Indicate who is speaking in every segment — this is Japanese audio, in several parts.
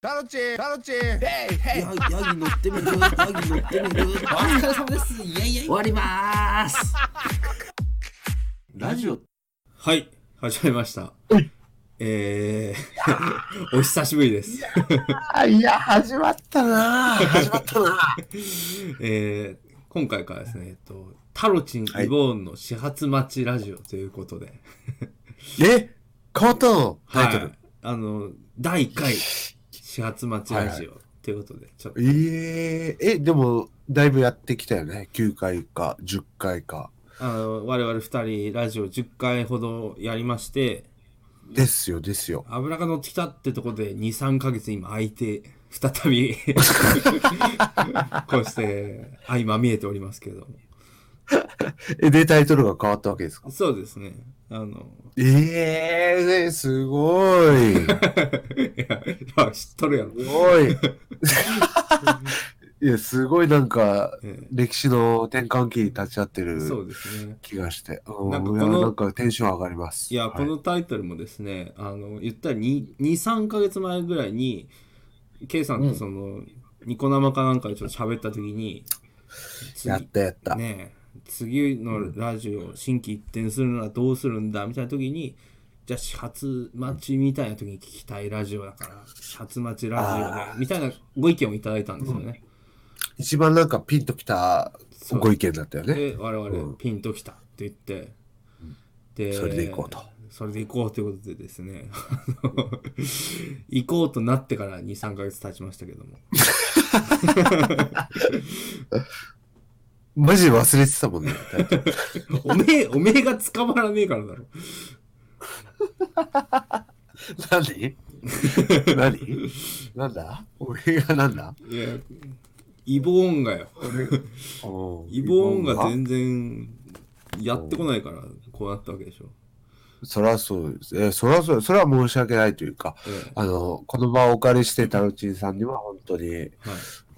Speaker 1: タロチタロチヘイヘイ
Speaker 2: ヤヤギ乗ってみるヤギ乗ってみるお疲れ様ですイエイイエイ終わりまーすラジオ
Speaker 3: はい、始めました。えー、 お久しぶりです。
Speaker 1: あいや、始まったな始まったな
Speaker 3: えー、今回からですね、えっと、タロチン・イボーンの始発待ちラジオということで、
Speaker 1: え変わったのタイトル。
Speaker 3: はい、あの、第1回始発待ちラジオということで、ちょっと、
Speaker 1: えええ、でも、だいぶやってきたよね。9回か、10回か。
Speaker 3: あの、我々2人ラジオ10回ほどやりまして、
Speaker 1: ですよ、ですよ。
Speaker 3: 油が乗ってきたってとこで2、3ヶ月今空いて、再 び、こうして、相ま見えておりますけれども。
Speaker 1: え、で、タイトルが変わったわけですか
Speaker 3: そうですね。あの、
Speaker 1: ええすごい。
Speaker 3: いや、まあ知っとるやろ。
Speaker 1: すご い。いや、すごいなんか、
Speaker 3: え
Speaker 1: 歴史の転換期に立ち会って
Speaker 3: えそ
Speaker 1: る
Speaker 3: うですね。
Speaker 1: 気がして。うん
Speaker 3: なんか
Speaker 1: い
Speaker 3: こ
Speaker 1: や
Speaker 3: の
Speaker 1: なんかテンション上がります。
Speaker 3: いや、
Speaker 1: はい
Speaker 3: このタイトルもですね、あの、言ったら2、2 3ヶ月前ぐらいに、K さん
Speaker 1: うん
Speaker 3: とその、ニコ生かなんかでちょっと喋った時に、次
Speaker 1: やったやった。
Speaker 3: ねえ次のラジオ、新規一転するのはどうするんだみたいな時に、じゃあ始発待ちみたいな時に聞きたいラジオだから、始発待ちラジオで、みたいなご意見をいただいたんですよね。
Speaker 1: 一番なんかピンときた
Speaker 3: そう
Speaker 1: ご意見だったよね。
Speaker 3: で我々ピンときたって言って、で
Speaker 1: それで行こうと
Speaker 3: それで行こうということでですね あの行こうとなってから23か月経ちましたけども
Speaker 1: マジで忘れてた もんね。タイトル
Speaker 3: おめえ おめえが捕まらねえからだろ
Speaker 1: 何何なんだ俺がなんだ
Speaker 3: いやイボーンがよイボーンが全然やってこないからこうなったわけでしょ、
Speaker 1: そらそうです。えそらそう、それは申し訳ないというか、
Speaker 3: え
Speaker 1: あの、この場をお借りしてタロチンさんには本当に
Speaker 3: え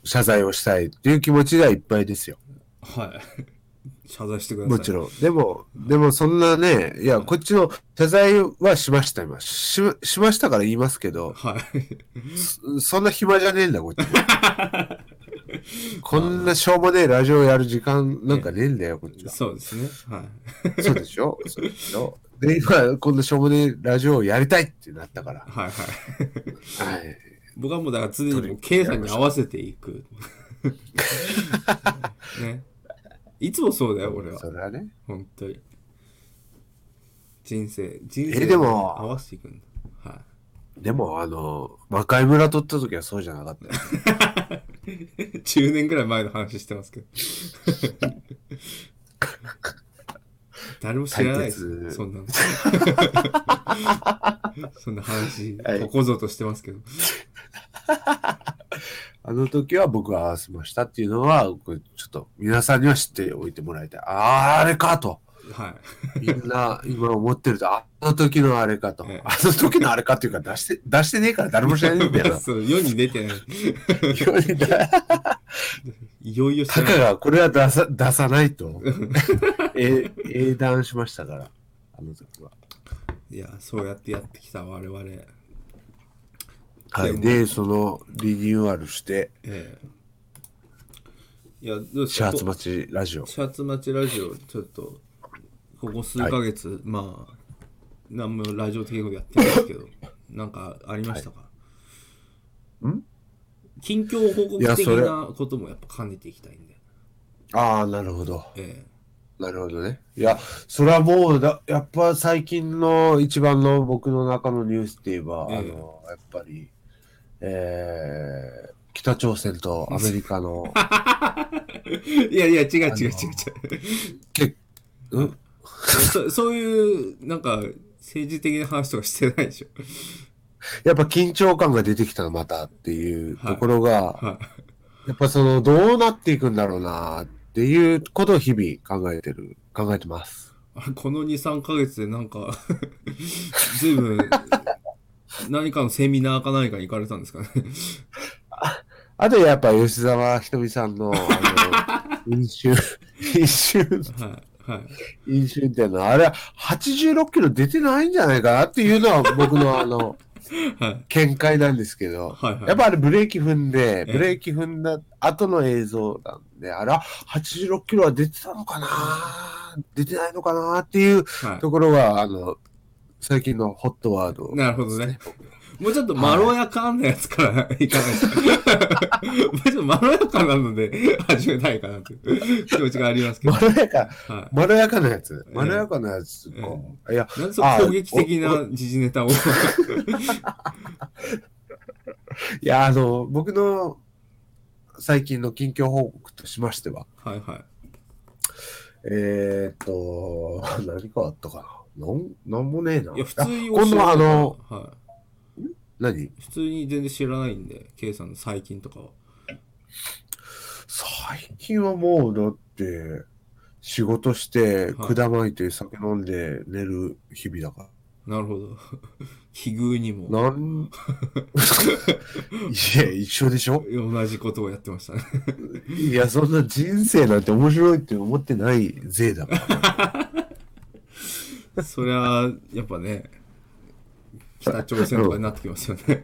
Speaker 1: 謝罪をしたいっていう気持ちがいっぱいですよ。
Speaker 3: はいはい謝罪してください
Speaker 1: もちろん。でも、でもそんなね、いや、こっちの謝罪はしました、今。し、しましたから言いますけど、
Speaker 3: はい
Speaker 1: そんな暇じゃねえんだ、 こっち。こんなしょうもねえラジオやる時間なんかねえんだよ、こっちは。
Speaker 3: そうですねはい
Speaker 1: そうでしょそうでしょで、今、こんなしょうもねえラジオをやりたいってなったから。
Speaker 3: はいはい
Speaker 1: はい。
Speaker 3: 僕はもうだから常にもう K さんに合わせて いく。ね。いつもそうだよ、俺は
Speaker 1: そ。れはね。
Speaker 3: 本当に。人生、人
Speaker 1: え
Speaker 3: 生
Speaker 1: でも
Speaker 3: 合わせていくんだ。は
Speaker 1: でも、あの、魔界村撮った時はそうじゃなかったよ。
Speaker 3: い。10年ぐらい前の話してま すけど。誰も知らないです
Speaker 1: 大
Speaker 3: よ、
Speaker 1: 切
Speaker 3: そんなの。 そんな話、
Speaker 1: はい
Speaker 3: ここぞとしてますけど。
Speaker 1: あの時は僕は合わせましたっていうのは、これちょっと皆さんには知っておいてもらいたい。あーあれかと。
Speaker 3: はい。
Speaker 1: みんな今思ってると、あの時のあれかと。
Speaker 3: ええ
Speaker 1: あの時のあれかっていうか、出して、出してねえから誰も知らねえんだよな。
Speaker 3: そう世に出てない。いよいよ知
Speaker 1: た
Speaker 3: ら
Speaker 1: か
Speaker 3: ない。
Speaker 1: が、これは出さ、出さないと。え、英断しましたから、あの時は。
Speaker 3: いや、そうやってやってきた我々。え
Speaker 1: はい。で、その、リニューアルして、
Speaker 3: えいや、どうです
Speaker 1: 始
Speaker 3: か
Speaker 1: 発待ちラジオ。
Speaker 3: 始発待ちラジオ、ちょっと、ここ数ヶ月、まあ、何もラジオ的なことやってないですけど、 なんかありましたか、
Speaker 1: ん
Speaker 3: 近況報
Speaker 1: いや
Speaker 3: 告的
Speaker 1: それ
Speaker 3: なこともやっぱ兼ねていきたいんで。
Speaker 1: ああ、なるほど。
Speaker 3: え
Speaker 1: なるほどね。いや、それはもうだ、やっぱ最近の一番の僕の中のニュースって言えば、
Speaker 3: ええ
Speaker 1: あの、やっぱり、えー、北朝鮮とアメリカ の、
Speaker 3: えいやいや、違う違う違う違う。
Speaker 1: けうん
Speaker 3: そそういう、なんか、政治的な話とかしてないでしょ。
Speaker 1: やっぱ緊張感が出てきたのまたっていうところが、
Speaker 3: はい。
Speaker 1: やっぱその、どうなっていくんだろうなっていうことを日々考えてる、考えてます。
Speaker 3: あ この2、3ヶ月でなんか、 ずいぶん、何かのセミナーか何かに行かれたんですかね。
Speaker 1: あとやっぱ吉沢ひとみさんの、あ の、飲酒、飲酒
Speaker 3: はい。はい。
Speaker 1: 飲酒運転の、あれは86キロ出てないんじゃないかなっていうのは僕のあの、
Speaker 3: はい。
Speaker 1: 見解なんですけど、
Speaker 3: はいはい
Speaker 1: やっぱあれブレーキ踏んで、
Speaker 3: え
Speaker 1: ブレーキ踏んだ後の映像なんで、あれは86キロは出てたのかな出てないのかなっていう
Speaker 3: は
Speaker 1: ところが、あの、最近のホットワード
Speaker 3: い。。なるほどね。もうちょっとまろやかなやつからいかないと。 もうちょっとまろやかなので 始めたいかな という気持ちがありますけど。
Speaker 1: ま
Speaker 3: は
Speaker 1: ろやか、
Speaker 3: い。
Speaker 1: まろやかなやつ。
Speaker 3: え
Speaker 1: まろやかなやつか。いや、
Speaker 3: なんでその
Speaker 1: あ
Speaker 3: 攻撃的な時事ネタを。
Speaker 1: いや、あの、僕の最近の近況報告としましては、
Speaker 3: はいはい。
Speaker 1: えーっと、 何かあったかな。なん、なんもねえな。
Speaker 3: いや、普通に
Speaker 1: あ今度はあの、
Speaker 3: は
Speaker 1: 何
Speaker 3: い。普通に全然知らないんで、K さんの最近とかは。
Speaker 1: 最近はもう、だって、仕事して、
Speaker 3: はい
Speaker 1: くだまいて酒飲んで寝る日々だか
Speaker 3: なるほど。 奇遇にも。
Speaker 1: ら。なん、 いや、一緒でしょ
Speaker 3: 同じことをやってましたね。
Speaker 1: いや、そんな人生なんて面白いって思ってない税だから。
Speaker 3: そりゃ、やっぱね、北朝鮮とかになってきますよ ね。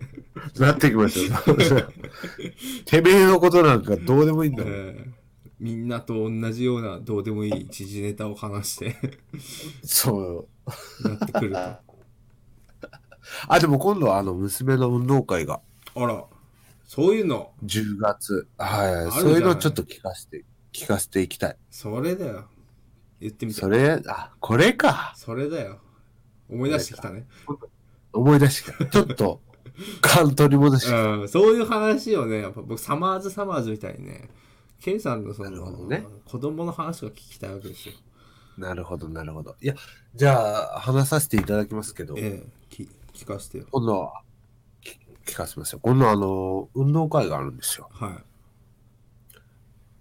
Speaker 1: なってきましたよ。 てめえのことなんかどうでもいいんだもん。
Speaker 3: えーみんなと同じようなどうでもいい時事ネタを話して
Speaker 1: そう。
Speaker 3: やってくると。あ
Speaker 1: あ、でも今度はあの、娘の運動会が
Speaker 3: ら、そういうの、
Speaker 1: 10月。はい。
Speaker 3: じゃない
Speaker 1: そういうのちょっと聞かせて、聞かせていきたい。
Speaker 3: それだよ。言ってみて。
Speaker 1: そ
Speaker 3: それ
Speaker 1: れ、あ、これか。
Speaker 3: だよ。思い出してきたね。
Speaker 1: 思い出して、ちょっと、勘取り戻して。
Speaker 3: うん、そういう話をね、やっぱ僕、サマーズサマーズみたいにね、ケイさんのそ
Speaker 1: なるほ
Speaker 3: の、
Speaker 1: どね
Speaker 3: 子供の話が聞きたいわけですよ。
Speaker 1: なるほど、なるほど。いや、じゃあ、話させていただきますけど、
Speaker 3: ええき聞かせてよ。
Speaker 1: 今度は、き聞かせますよ。今度は、あの、運動会があるんですよ。
Speaker 3: は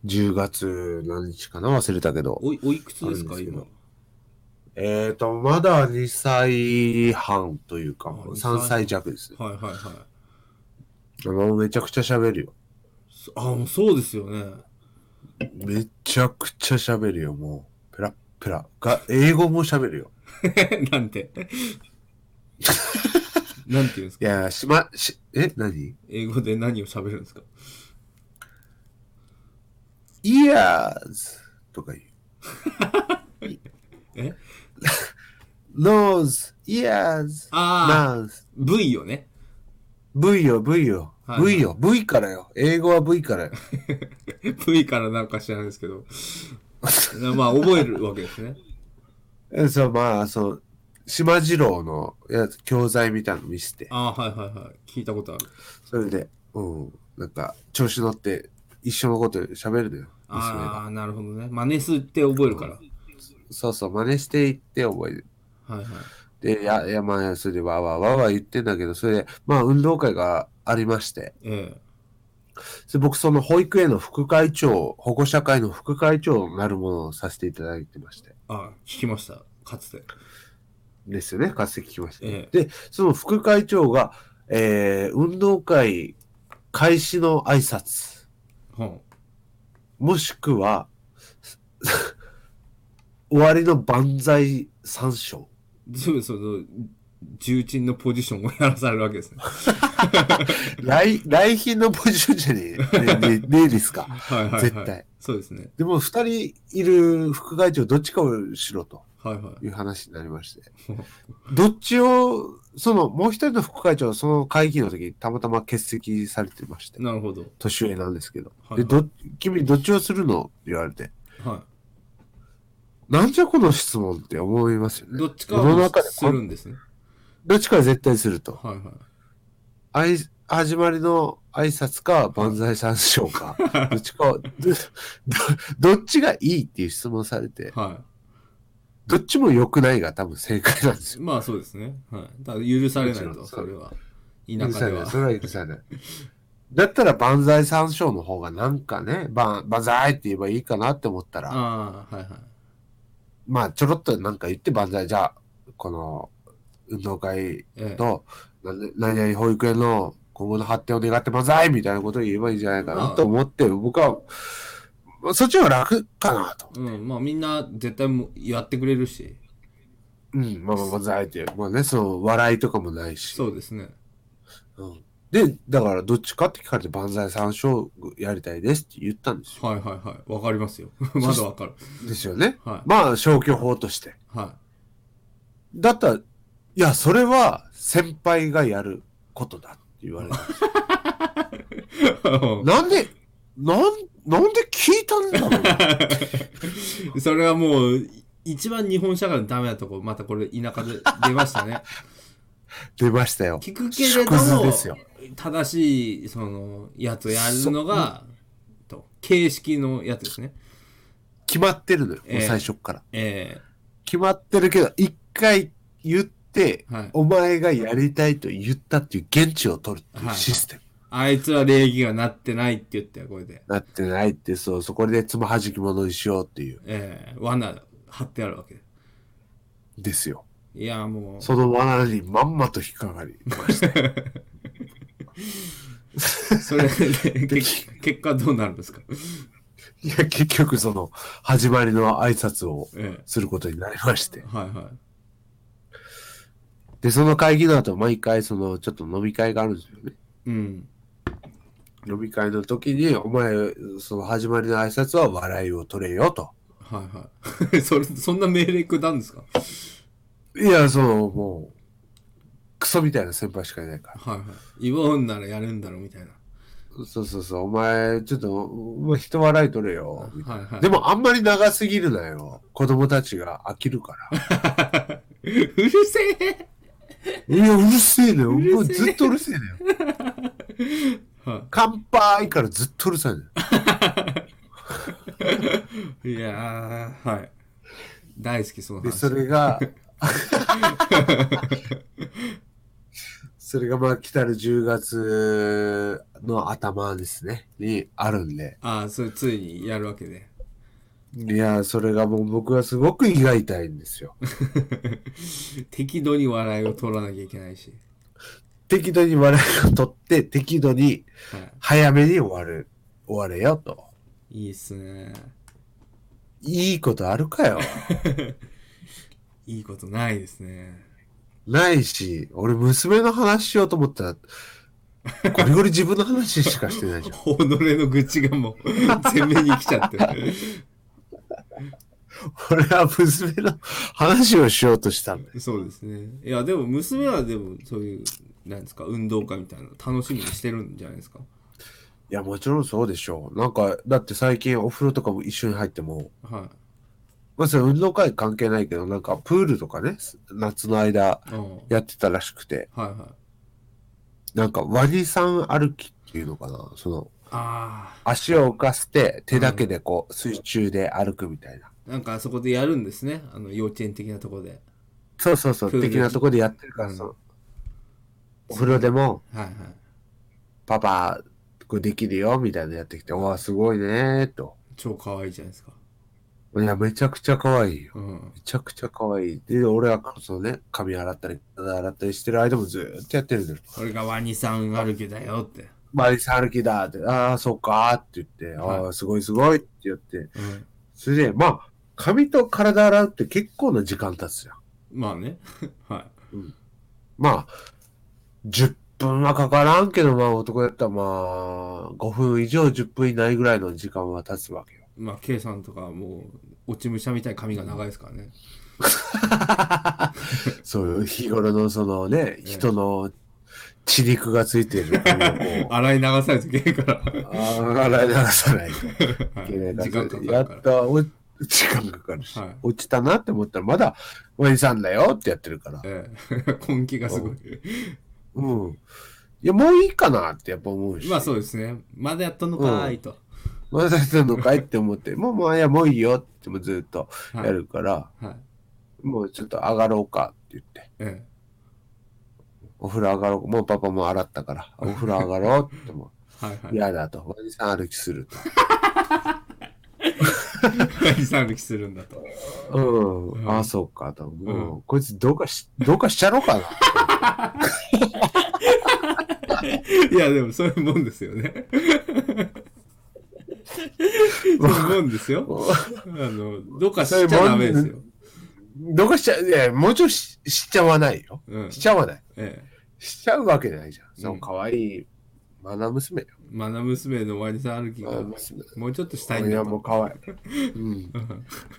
Speaker 3: い。
Speaker 1: 10月何日かな忘れたけど。
Speaker 3: おいおいくつですか、
Speaker 1: あるんですけど
Speaker 3: 今。
Speaker 1: えっ、ー、と、まだ2歳半というか、
Speaker 3: あ2歳半
Speaker 1: 3歳弱です。
Speaker 3: はいはいはい。
Speaker 1: あの、めちゃくちゃ喋るよ。
Speaker 3: そあ、もうそうですよね。
Speaker 1: めちゃくちゃ喋るよ、もう。ペラッペラ。が、英語も喋るよ。
Speaker 3: なんて。なんて言うんです
Speaker 1: い
Speaker 3: か
Speaker 1: や、しま、し、え、何
Speaker 3: 英語で何を喋るんですか
Speaker 1: イヤーズとか言う。
Speaker 3: え
Speaker 1: ノーズ、イヤーズ、
Speaker 3: ああ、
Speaker 1: ナーズ。
Speaker 3: V をね。
Speaker 1: V よ、V よ、
Speaker 3: はいはい
Speaker 1: V よ、V からよ。英語は V からよ。
Speaker 3: V からなんか知らないですけど。まあ、覚えるわけですね。
Speaker 1: えそう、まあ、そう、島次郎のやつ教材みたいなの見せて、
Speaker 3: ああ、はいはいはい。聞いたことある。
Speaker 1: それで、うん、なんか、調子乗って、一緒のこと喋るのよ、娘が。
Speaker 3: ああ、なるほどね。真似すって覚えるから。
Speaker 1: そうそう、真似していって覚える。
Speaker 3: はいはい。
Speaker 1: で、いや、いや、まあ、それで、わーわーわーわー言ってんだけど、それで、まあ、運動会がありまして、
Speaker 3: ええ
Speaker 1: それ僕、その保育園の副会長、保護者会の副会長になるものをさせていただいてまして。
Speaker 3: ああ、聞きました。かつて。
Speaker 1: ですよね、活席来ました、
Speaker 3: え
Speaker 1: で、その副会長が、えー、運動会開始の挨拶、
Speaker 3: ほ
Speaker 1: もしくは、終わりの万歳三唱。
Speaker 3: う。全部その、重鎮のポジションをやらされるわけですね。
Speaker 1: 来、来賓のポジションじゃねえ、ねねねえですか。
Speaker 3: はいはいはい。
Speaker 1: 絶対。
Speaker 3: そうですね。
Speaker 1: でも、二人いる副会長、どっちかをしろと
Speaker 3: はいはい
Speaker 1: いう話になりまして
Speaker 3: うん。
Speaker 1: どっちを、その、もう一人の副会長、その会議の時、たまたま欠席されてまして。。
Speaker 3: なるほど。
Speaker 1: 年上なんですけど。
Speaker 3: はい
Speaker 1: で、ど、君どっちをするのって言われて。
Speaker 3: はい。
Speaker 1: なんじゃこの質問って思いますよね。
Speaker 3: どっちか
Speaker 1: 世の
Speaker 3: を
Speaker 1: 中です
Speaker 3: るんですね。
Speaker 1: どっちかは絶対すると。
Speaker 3: はいは
Speaker 1: あ
Speaker 3: い。
Speaker 1: い、始まりの挨拶か、万歳三唱 か。どっちかを、ど、どどっちがいいっていう質問されて、
Speaker 3: は
Speaker 1: どっちも良くないが多分正解なんです
Speaker 3: い。
Speaker 1: よ。
Speaker 3: まあそうですね。はい。だから許されない
Speaker 1: もちろ
Speaker 3: と、
Speaker 1: ん
Speaker 3: それは。
Speaker 1: 許
Speaker 3: 田
Speaker 1: さ
Speaker 3: 舎で
Speaker 1: な。。
Speaker 3: はい
Speaker 1: それは許さない。だったら万歳三唱の方がなんかね、ば万歳って言えばいいかなって思ったら、
Speaker 3: ああ、はいはい。
Speaker 1: まあちょろっとなんか言って万歳じゃあ、この運動会
Speaker 3: ええ。
Speaker 1: と、な何々保育園の今後の発展を願って万歳みたいなことを言えばいいんじゃないかなと思って、僕は、まあそっちの方が楽かなと。
Speaker 3: うん、まあみんな絶対もうやってくれるし。
Speaker 1: うん、まあまあ万歳って、まあね、その笑いとかもないし、
Speaker 3: そうですね。
Speaker 1: うん、で、だからどっちかって聞かれて、万歳三章やりたいですって言ったんですよ。
Speaker 3: はいはいはい。わかりますよ。 まだわかる。
Speaker 1: ですよね。
Speaker 3: は
Speaker 1: まあ、消去法として。
Speaker 3: い。は
Speaker 1: だったら、いや、それは先輩がやることだって言われて。
Speaker 3: い。
Speaker 1: なんで、なん、なんで聞いたんだろうな
Speaker 3: それはもう、一番日本社会のダメなとこ、またこれ田舎で出ましたね。
Speaker 1: 出ましたよ。
Speaker 3: 聞くけれど
Speaker 1: 縮図
Speaker 3: も
Speaker 1: ですよ、
Speaker 3: 正しい、その、やつをやるのが、と、形式のやつですね。
Speaker 1: 決まってるのよ、
Speaker 3: ええ
Speaker 1: 最初っから。
Speaker 3: え
Speaker 1: 決まってるけど、一回言って、
Speaker 3: えはい。
Speaker 1: お前がやりたいと言ったっていう現地を取るっていうシステム。
Speaker 3: あいつは礼儀がなってないって言ったよ、これで。
Speaker 1: なってないって、そう、そこでつまはじき者にしようっていう。
Speaker 3: ええ罠張ってあるわけで。
Speaker 1: ですよ。
Speaker 3: いや、もう、
Speaker 1: その罠にまんまと引っかかりました。
Speaker 3: それで、結結果どうなるんですか。
Speaker 1: いや、結局その、始まりの挨拶を
Speaker 3: え
Speaker 1: することになりまして
Speaker 3: え。はいはい。
Speaker 1: で、その会議の後、毎回、その、ちょっと飲み会があるんですよね。
Speaker 3: うん。
Speaker 1: 飲み会の時に、お前、その始まりの挨拶は笑いを取れよと。
Speaker 3: はい はい。それ、そんな命令くだんですか
Speaker 1: いや、その、もう、クソみたいな先輩しかいないから。
Speaker 3: はいはい。言わんならやるんだろ、みたいな。
Speaker 1: そうそうそう、お前、ちょっと、お前人笑い取れよ。みたい
Speaker 3: はいは。
Speaker 1: ないでも、あんまり長すぎるなよ。子供たちが飽きるから。
Speaker 3: うるせえ
Speaker 1: いや、うるせえねよ。お
Speaker 3: る
Speaker 1: 前
Speaker 3: せえ
Speaker 1: ずっとうるせえねよ。
Speaker 3: は
Speaker 1: 乾杯からずっとうるさいのよ。
Speaker 3: い。いやー、はい。大好き、その
Speaker 1: で、
Speaker 3: 話。
Speaker 1: それが、 それがまあ来たる10月の頭ですね、にあるんで。
Speaker 3: ああ、それついにやるわけで。
Speaker 1: いや、それがもう僕はすごく胃が痛いんですよ。
Speaker 3: 適度に笑いを取らなきゃいけないし。
Speaker 1: 適度に笑いを取って、適度に
Speaker 3: は
Speaker 1: 早めに終わる、終われよと。
Speaker 3: い。いいっすね。
Speaker 1: いいことあるかよ。
Speaker 3: いいことないですね。
Speaker 1: ないし、俺娘の話しようと思ったら、ゴリゴリ自分の話しかしてないじゃん。
Speaker 3: 己の愚痴がもう全面に来ちゃってる。
Speaker 1: 俺は娘の話をしようとしたんだよ。
Speaker 3: そうですね。いや、でも娘はでもそういう、なんですか、運動会みたいなの楽しみにしてるんじゃないですか。
Speaker 1: いや、もちろんそうでしょう。なんか、だって最近お風呂とかも一緒に入っても、
Speaker 3: は
Speaker 1: まあそれ運動会関係ないけど、なんかプールとかね、夏の間
Speaker 3: い。うん。
Speaker 1: やってたらしくて、
Speaker 3: はいはい。
Speaker 1: なんかワニさん歩きっていうのかな、その、
Speaker 3: あ
Speaker 1: 足を浮かせて手だけでこう、水中で歩くみたいな。
Speaker 3: あ、なんかあそこでやるんですね。あの、幼稚園的なとこで。
Speaker 1: そうそうそう、
Speaker 3: プール
Speaker 1: 的なとこでやってるから
Speaker 3: う
Speaker 1: さ、お風呂でも、
Speaker 3: はいはい。
Speaker 1: パパ、これできるよ、みたいなのやってきて、わあ、すごいねーと。
Speaker 3: 超可愛いじゃないですか。
Speaker 1: いや、めちゃくちゃ可愛いよ。
Speaker 3: うん。
Speaker 1: めちゃくちゃ可愛い。で、俺はそのね、髪洗ったり、体洗ったりしてる間もずーっとやってるのよ。
Speaker 3: これがワニさん歩きだよって。
Speaker 1: マリサ歩きだって、ああ、そうかーって言って、
Speaker 3: はい
Speaker 1: ああ、すごいすごいって言って。
Speaker 3: うん。
Speaker 1: それで、まあ、髪と体洗うって結構な時間経つじゃん。
Speaker 3: まあね。 は
Speaker 1: まあ、10分はかからんけど、まあ男だったらまあ、5分以上10分以内ぐらいの時間は経つわけよ。
Speaker 3: い。まあ、K さんとかはもう、落ち武者みたいに髪が長いですからね。
Speaker 1: そういう日頃のそのね、人の血肉がついてる髪をこ
Speaker 3: 洗い流さないといけないから。
Speaker 1: う、あー洗い流さないとい
Speaker 3: はい
Speaker 1: けない
Speaker 3: 時
Speaker 1: か
Speaker 3: 間
Speaker 1: らや
Speaker 3: かかる
Speaker 1: っ
Speaker 3: から。
Speaker 1: たお時間かかるし、
Speaker 3: はい
Speaker 1: 落ちたなって思ったら、まだ、おじさんだよってやってるから、
Speaker 3: ええ、 根気がすごい。
Speaker 1: うん。いや、もういいかなってやっぱ思うし、
Speaker 3: まあそうですね。まだやっとんのかーいと。
Speaker 1: まだやってんのかいって思って、もう、もう、いや、もういいよってもうずっとや
Speaker 3: はい。
Speaker 1: るから、
Speaker 3: はい。
Speaker 1: もうちょっと上がろうかって言って、
Speaker 3: え
Speaker 1: お風呂上がろう、もうパパも洗ったから、お風呂上がろうって思う。
Speaker 3: え、 はいはい。
Speaker 1: 嫌だと、おじさん歩きすると。
Speaker 3: ワニさん歩きするんだと。
Speaker 1: うん、
Speaker 3: うん
Speaker 1: ああ、そうかと。もう
Speaker 3: うん
Speaker 1: こいつどうかし、どうかしちゃろうかな。
Speaker 3: いや、でもそういうもんです よね。そういうもんですよ。あの、どうかしちゃダメですよ。
Speaker 1: どうかしちゃ、いや、もうちょいししちゃわないよ。
Speaker 3: うん
Speaker 1: し。ちゃわない。
Speaker 3: え
Speaker 1: しちゃうわけないじゃん。その可愛いマナ娘よ。
Speaker 3: マナ娘のワニさん歩き
Speaker 1: マ
Speaker 3: が
Speaker 1: ナ、娘
Speaker 3: もうちょっとしたいん
Speaker 1: い
Speaker 3: だ
Speaker 1: や、
Speaker 3: と
Speaker 1: もう可愛い。うん。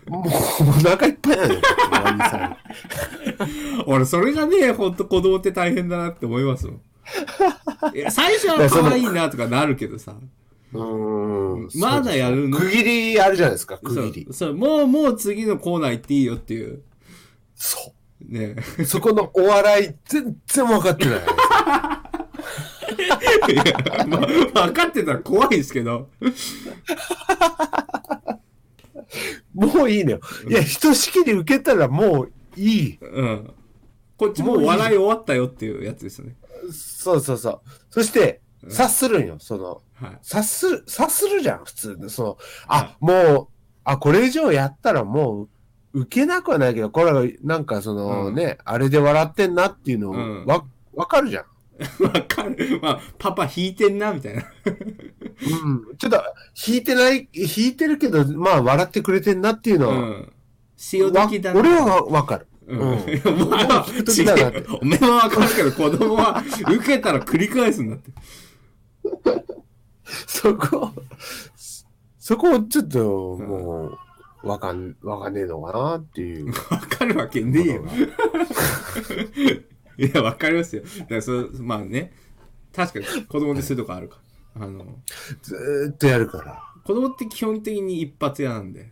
Speaker 1: もう、お腹いっぱいだ よ。ワニさん
Speaker 3: 俺、それがね、ほんと子供って大変だなって思いますも ん。いや最初は可愛いなとかなるけどさ、
Speaker 1: うーん。
Speaker 3: まだやるの
Speaker 1: 区切りあるじゃないですか、
Speaker 3: そ
Speaker 1: 区切り
Speaker 3: う。そう、もう、もう次のコーナー行っていいよっていう。
Speaker 1: そ
Speaker 3: ね
Speaker 1: う。そこのお笑い、全然分かって ない。
Speaker 3: いやま分かってたら怖いですけど。
Speaker 1: もういいのよ。いや、ひとしきり受けたらもういい。
Speaker 3: うん。こっちもう笑い終わったよっていうやつですよね。
Speaker 1: そうそうそう。そして、察するんよ、その、
Speaker 3: はい。
Speaker 1: 察する、察するじゃん、普通の。その、あ、もう、あ、これ以上やったらもう、受けなくはないけど、これはなんかその
Speaker 3: うん
Speaker 1: ね、あれで笑ってんなっていうの
Speaker 3: うん
Speaker 1: わ、わかるじゃん。
Speaker 3: わかる。まあ、パパ引いてんな、みたいな。
Speaker 1: うん。ちょっと、引いてない、引いてるけど、まあ、笑ってくれてんなっていうの
Speaker 3: う
Speaker 1: は、
Speaker 3: ん。潮
Speaker 1: わ
Speaker 3: 時だな。
Speaker 1: 俺はわわ かる。
Speaker 3: うん。
Speaker 1: うん
Speaker 3: いやまあ、
Speaker 1: 潮時だなって
Speaker 3: 違うおめえはわかるけど、子供は受けたら繰り返すんだって。
Speaker 1: そこ、そこをちょっと、もう、わかん、わかんねえのかなって いう。
Speaker 3: わかるわけねえよ。いや、わかりますよ。だからそまあね、確かに子供でするとかあるか。あの、
Speaker 1: ずーっとやるから。
Speaker 3: 子供って基本的に一発屋なんで。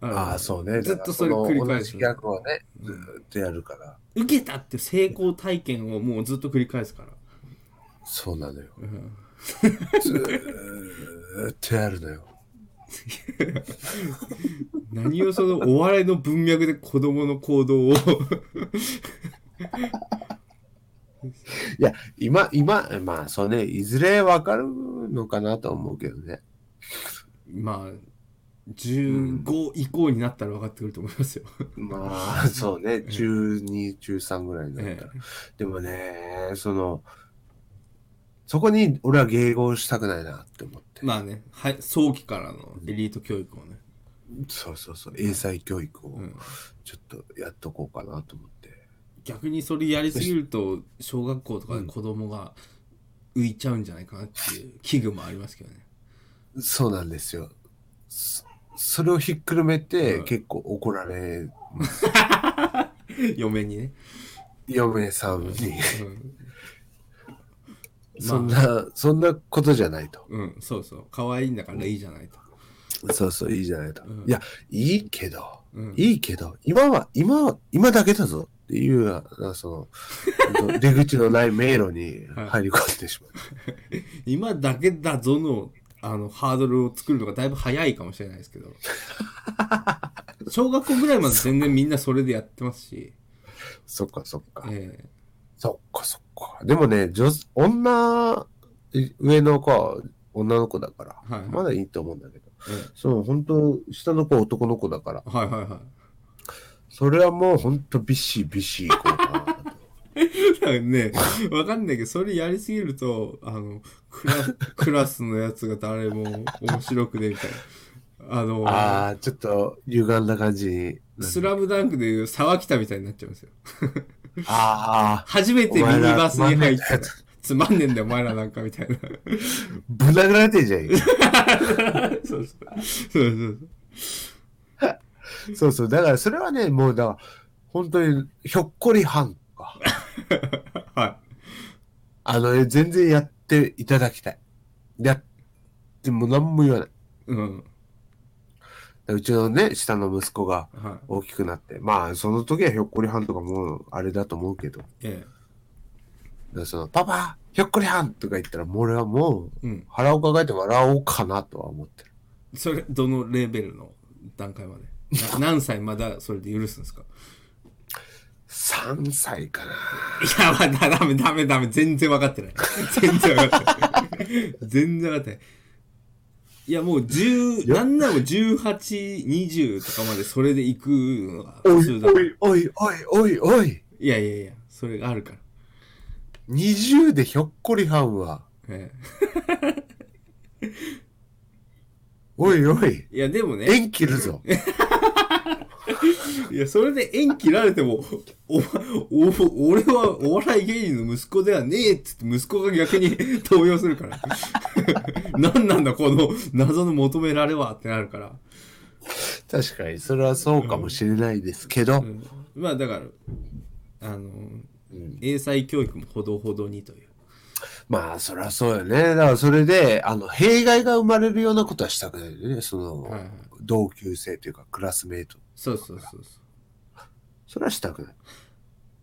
Speaker 1: ああ、そうね。
Speaker 3: ずっとそれ繰り返す
Speaker 1: だからその同じ役をね、ずーっとやるから。
Speaker 3: 受けたって成功体験をもうずっと繰り返すから。
Speaker 1: そうなのよ。 ずーっとやるのよ。
Speaker 3: 何をそのお笑いの文脈で子供の行動を
Speaker 1: いや、今、今、まあ、そうね、いずれわかるのかなと思うけどね。
Speaker 3: まあ15以降になったら分かってくると思いますよ。
Speaker 1: まあ、 そうね、12、13ぐらいになったら。
Speaker 3: え
Speaker 1: でもね、その、そこに俺は迎合したくないなって思って。
Speaker 3: まあね、はい、早期からのエリート教育をね。
Speaker 1: そうそうそう、英才教育を
Speaker 3: ん
Speaker 1: ちょっとやっとこうかなと思って。
Speaker 3: 逆にそれやりすぎると小学校とかで子供が浮いちゃうんじゃないかなっていう危惧もありますけどね。
Speaker 1: そうなんですよ。そそれをひっくるめて、
Speaker 3: うん
Speaker 1: 結構怒られ、
Speaker 3: 嫁にね。
Speaker 1: 嫁さんに、
Speaker 3: うん
Speaker 1: そんな、そんなことじゃないと。
Speaker 3: うん、そうそう。可愛いんだからいいじゃないと。
Speaker 1: そうそう、いいじゃないと。
Speaker 3: うん
Speaker 1: いや、いいけど、
Speaker 3: うん
Speaker 1: いいけど、今は、今は、今だけだぞっていう、あのその、 ほんと出口のない迷路に入り込んでしまう。
Speaker 3: 今だけだぞのあのハードルを作るのがだいぶ早いかもしれないです けど小学校ぐらいまで全然みんなそれでやってますし、
Speaker 1: そっかそっか。
Speaker 3: ええ
Speaker 1: そっかそっか。でもね、女子女、上の子は女の子だから、
Speaker 3: はいはい
Speaker 1: まだいいと思うんだけど、
Speaker 3: え
Speaker 1: そう、本当下の子は男の子だから、
Speaker 3: はいはいは
Speaker 1: それはもう本当ビシビシ行こうかなと。
Speaker 3: いだからねわかんないけどそれやりすぎるとあのクラクラス のやつが誰も面白くねえみたいなあの
Speaker 1: ああ、ちょっと歪んだ感じになる。
Speaker 3: スラムダンクでいう沢北みたいになっちゃうんですよ
Speaker 1: ああ、
Speaker 3: 初めてミニバスに入ったらつまんねえんだよお前らなんかみたいな
Speaker 1: ぶん殴られてんじゃん今。
Speaker 3: そうそうそうそう
Speaker 1: そうそう、だからそれはね、もうだから、本当にひょっこりはんとか、
Speaker 3: は
Speaker 1: あの、全然やっていただきたい。やっても何も言わない。
Speaker 3: いうん
Speaker 1: うちのね、下の息子が
Speaker 3: はい
Speaker 1: 大きくなって、まあ、その時はひょっこりはんとかもうあれだと思うけど、だか
Speaker 3: ええ
Speaker 1: らその、パパ、ひょっこりはんとか言ったら、もう俺はもう
Speaker 3: うん、
Speaker 1: 腹を抱えて笑おうかなとは思ってる。
Speaker 3: それどのレベルの段階までな何歳まだそれで許すんですか
Speaker 1: 3歳かな。
Speaker 3: いやまだダメダメダメ全然分かってない全然分かってない全然分かってないいやもう10なんならもう1820とかまでそれで行くのが
Speaker 1: お
Speaker 3: 普
Speaker 1: い
Speaker 3: 通だか
Speaker 1: お
Speaker 3: らい
Speaker 1: いおいおいおいおい、
Speaker 3: やいやいやそれがあるから、
Speaker 1: 20でひょっこりはんは、
Speaker 3: え
Speaker 1: おいおい、
Speaker 3: えいやでもね
Speaker 1: 縁切るぞ。
Speaker 3: いや、それで縁切られても、お、お、俺はお笑い芸人の息子ではねえっつって息子が逆に動揺するから。 何なんだこの謎の求められはってなるから。
Speaker 1: 確かに、それはそうかもしれないですけど、
Speaker 3: うんまあだから、あの、英才教育もほどほどにという。
Speaker 1: まあ、そりゃそうよね。だから、それで、あの、弊害が生まれるようなことはしたくないよね。その、
Speaker 3: はいはい
Speaker 1: 同級生というか、クラスメイト。
Speaker 3: そうそうそうそう。
Speaker 1: それはしたくない。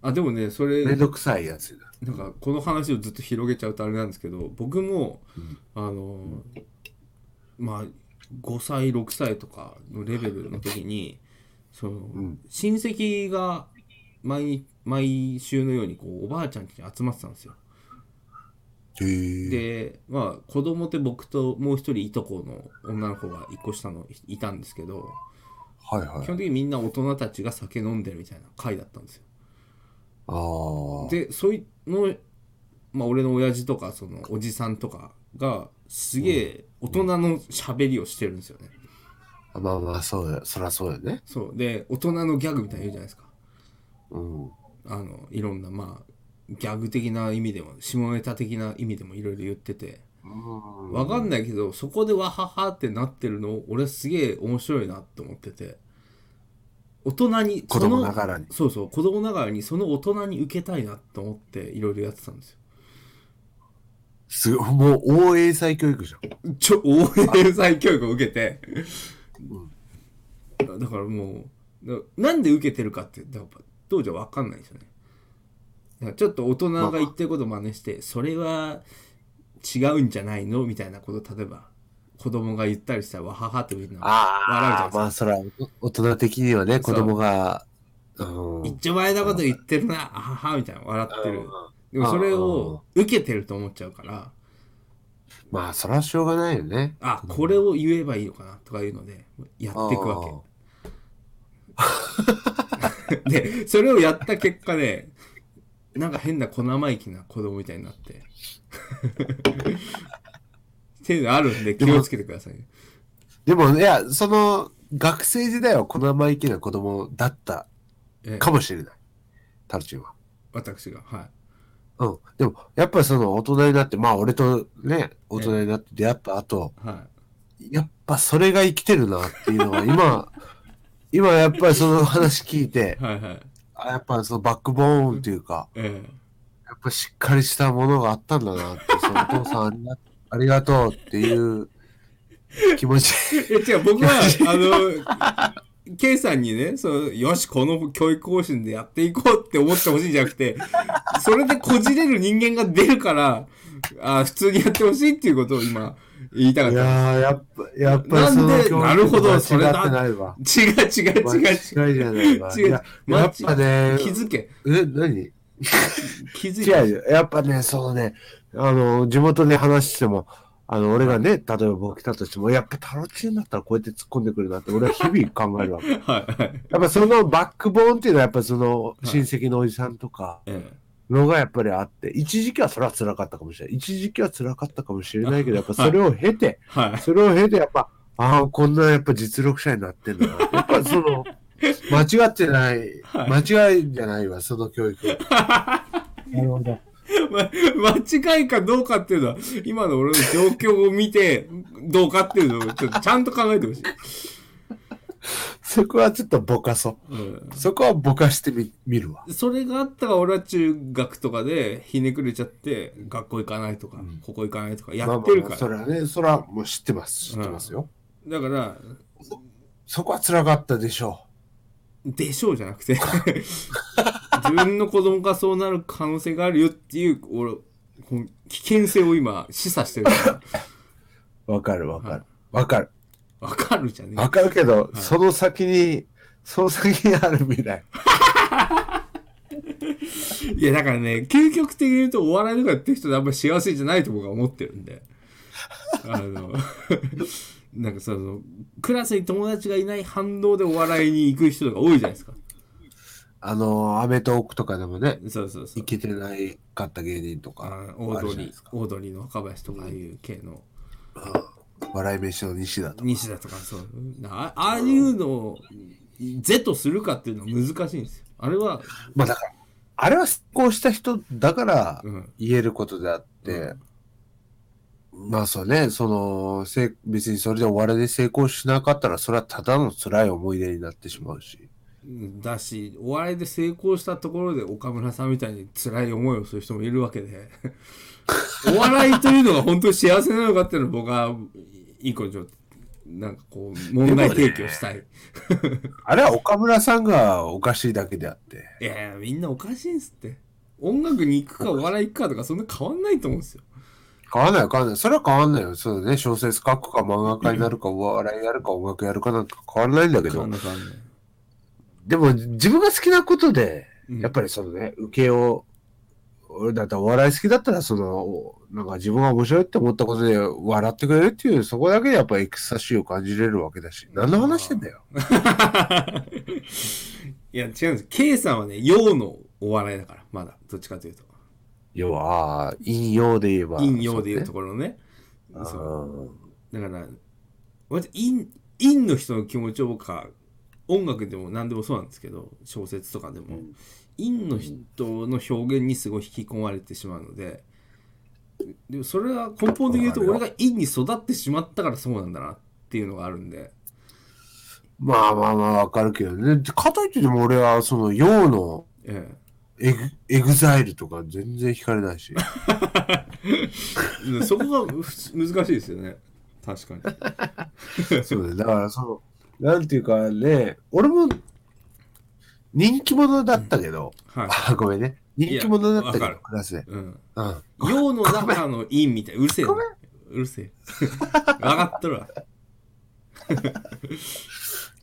Speaker 3: あ、でもね、それ、
Speaker 1: めんどくさいやつだ。
Speaker 3: なんかこの話をずっと広げちゃうとあれなんですけど僕も、あのまあ5歳6歳とかのレベルの時にその、親戚が毎毎週のようにこうおばあちゃん家に集まってたんですよ。
Speaker 1: へえ。
Speaker 3: でまあ子供って僕ともう一人いとこの女の子が一個下のいいたんですけど
Speaker 1: はいは
Speaker 3: 基
Speaker 1: い。
Speaker 3: 本的にみんな大人たちが酒飲んでるみたいな会だったんですよ。
Speaker 1: ああ。
Speaker 3: でそういうの、まあ、俺の親父とかそのおじさんとかがすげえ大人の喋りをしてるんですよね、
Speaker 1: まあまあ、そうだ。そりゃそうだよね。
Speaker 3: そうで大人のギャグみたいなの言うじゃないですか
Speaker 1: うん。
Speaker 3: あのいろんなまあギャグ的な意味でも下ネタ的な意味でもいろいろ言っててわかんないけどそこでわははってなってるの俺すげえ面白いなって思ってて大人に
Speaker 1: 子
Speaker 3: そ
Speaker 1: 供
Speaker 3: の
Speaker 1: ながらに
Speaker 3: そうそう子供ながらにその大人に受けたいなと思っていろいろやってたんですよ
Speaker 1: すごい、もう、応援才教育じゃん。
Speaker 3: ちょ、 応援再教育を受けて。だからもう、だなんで受けてるかって、やっぱ当時は分かんないんですよね。だからちょっと大人が言ってることを真似して、それは違うんじゃないのみたいなこと、例えば、子供が言ったりしたら、わははってみんな笑うじゃない
Speaker 1: あ
Speaker 3: です
Speaker 1: あ、
Speaker 3: か。
Speaker 1: まあ、そりゃ、お大人的にはね、
Speaker 3: そ
Speaker 1: 子
Speaker 3: う
Speaker 1: 供が、うん。
Speaker 3: 一丁前なこと言ってるな、あははみたいな笑ってる。でもそれを受けてると思っちゃうから、
Speaker 1: まあ、そりゃしょうがないよね。
Speaker 3: あ、これを言えばいいのかなとかいうので、やっていくわけ。で、それをやった結果で、なんか変な小生意気な子供みたいになって。っていうのあるんで気をつけてくださいね。
Speaker 1: でも、いや、その、学生時代は小生意気な子供だった
Speaker 3: ええ
Speaker 1: かもしれない。タルチンは。
Speaker 3: 私が。はい。
Speaker 1: うん。でも、やっぱりその、大人になって、まあ、俺とね、大人になって出会った後、
Speaker 3: は
Speaker 1: やっぱそれが生きてるなっていうのは、今、 今やっぱりその話聞いて
Speaker 3: い。、はいはい。
Speaker 1: あやっぱそのバックボーンというか、
Speaker 3: え
Speaker 1: やっぱしっかりしたものがあったんだなって、そのお父さんありがありがとうっていう気持ち。
Speaker 3: えいや違う、僕は、あの、ケイさんにね、そう、よし、この教育方針でやっていこうって思ってほしいんじゃなくて、それでこじれる人間が出るから、あ普通にやってほしいっていうことを今、言いたかっ
Speaker 1: い
Speaker 3: た。
Speaker 1: やー、やっぱ、やっぱりその
Speaker 3: なんでなるほどそれ
Speaker 1: 間違っ
Speaker 3: だ
Speaker 1: てないわ。
Speaker 3: 違う違う違う違う。
Speaker 1: 間違いじゃないわ。
Speaker 3: 違う
Speaker 1: いややっぱね、
Speaker 3: 気づけ。
Speaker 1: え、何
Speaker 3: 気づけ。
Speaker 1: 違うよ。やっぱね、そのね、あの、地元で話しても、あの、俺がね、例えば僕来たとしても、やっぱタロチンだったらこうやって突っ込んでくるなって、俺は日々考え るわけ。やっ
Speaker 3: はいはい。
Speaker 1: ぱそのバックボーンっていうのは、やっぱその親戚のおじさんとか
Speaker 3: え
Speaker 1: のがやっぱりあって、一時期はそれは辛かったかもしれない。一時期は辛かったかもしれないけど、やっぱそれを経て、
Speaker 3: は
Speaker 1: それを経て、やっぱ、ああ、こんなやっぱ実力者になってんだな。やっぱそ の、間違ってない、間違いじゃないわ、その教育。 なるほど。
Speaker 3: い。ま間違いかどうかっていうのは、今の俺の状況を見て、どうかっていうのをちょっとちゃんと考えてほしい。
Speaker 1: そこはちょっとぼかそう。
Speaker 3: うん
Speaker 1: そこはぼかしてみ見るわ。
Speaker 3: それがあったから俺は中学とかでひねくれちゃって学校行かないとか、ここ行かないとかやってるか
Speaker 1: まあまあ
Speaker 3: ら、
Speaker 1: それはね、それはもう知ってます。知ってますよ。
Speaker 3: だから
Speaker 1: そこは辛かったでしょ
Speaker 3: でしょうじゃなくて 自分の子供がそうなる可能性があるよっていう俺この危険性を今示唆してるから
Speaker 1: う。わかるわかる。わかる。
Speaker 3: わかるじゃねえ
Speaker 1: わかるけど、その先に、その先にある未来。
Speaker 3: いや、だからね、究極的に言うと、お笑いとかやってる人ってあんまり幸せじゃないと僕は思ってるんで。あの、 なんかその、クラスに友達がいない反動でお笑いに行く人が多いじゃないですか。
Speaker 1: あの、アメトーークとかでもね、
Speaker 3: そうそうそう
Speaker 1: い。けてないかった芸人と
Speaker 3: あ
Speaker 1: か、
Speaker 3: のオー
Speaker 1: ある
Speaker 3: ド
Speaker 1: じゃないで
Speaker 3: リー
Speaker 1: すか、
Speaker 3: オードリーの若林とかああいう系の、
Speaker 1: 笑い飯の西だと。
Speaker 3: 西田とかそう。なあああいうの是とするかっていうのは難しいんですよ。あれは、
Speaker 1: まあだから、あれは成功した人だから
Speaker 3: うん、
Speaker 1: 言えることであって、まあそうね、その、せ別にそれで終わりで成功しなかったら、それはただの辛い思い出になってしまうし。
Speaker 3: だし、お笑いで成功したところで岡村さんみたいに辛い思いをする人もいるわ けで、お笑いというのが本当に幸せなのかっていうのを僕は、いい子にちょっと、なんかこう、問題提起をしたい。
Speaker 1: あれは岡村さんがおかしいだけであって。
Speaker 3: いやいや、みんなおかしいんすって。音楽に行くかお笑い行くかとかそんな変わんないと思うんですよ。
Speaker 1: 変わんない変わんない。それは変わんないよ。そうだね。小説書くか漫画家になるか、お笑いやるか、音楽やるかなんか変わんないんだけ
Speaker 3: 変わ
Speaker 1: ど
Speaker 3: ん。ない変わんない。
Speaker 1: でも、自分が好きなことで、
Speaker 3: うん
Speaker 1: やっぱりそのね、受けを、俺だったらお笑い好きだったら、その、おなんか自分が面白いって思ったことで笑ってくれるっていう、そこだけでやっぱエクサシーを感じれるわけだし。何の話してんだよ。
Speaker 3: いや、違うんです。K さんはね、陽のお笑いだから、まだ。どっちかというと。
Speaker 1: 要は、引用で言えば。
Speaker 3: 陰陽でいうと
Speaker 1: こ
Speaker 3: ころのね。
Speaker 1: ろ。
Speaker 3: そう
Speaker 1: うん
Speaker 3: だから、まず陰、陰の人の気持ちを僕は、音楽でも何でもそうなんですけど、小説とかでも、陰の人の表現にすごい引き込まれてしまうので、でもそれは根本的に言うと、
Speaker 1: わかるよ
Speaker 3: 俺が陰に育ってしまったからそうなんだなっていうのがあるんで、
Speaker 1: まあまあまあ、わかるけどね。かといってでも俺は、その、用の
Speaker 3: ええ。
Speaker 1: エグエグザイルとか全然惹かれないし。
Speaker 3: そこがふ難しいですよね。確かに。
Speaker 1: そうだね。だから、その、なんていうかね、俺も人気者だったけど、
Speaker 3: はい。
Speaker 1: あ、 ごめんね。人気者だったけ
Speaker 3: いや
Speaker 1: ど
Speaker 3: わか、る
Speaker 1: クラスで。
Speaker 3: うん。
Speaker 1: うん。
Speaker 3: 陽の中の陰みたい。うるせえな。うるせえ。分かっとるわ。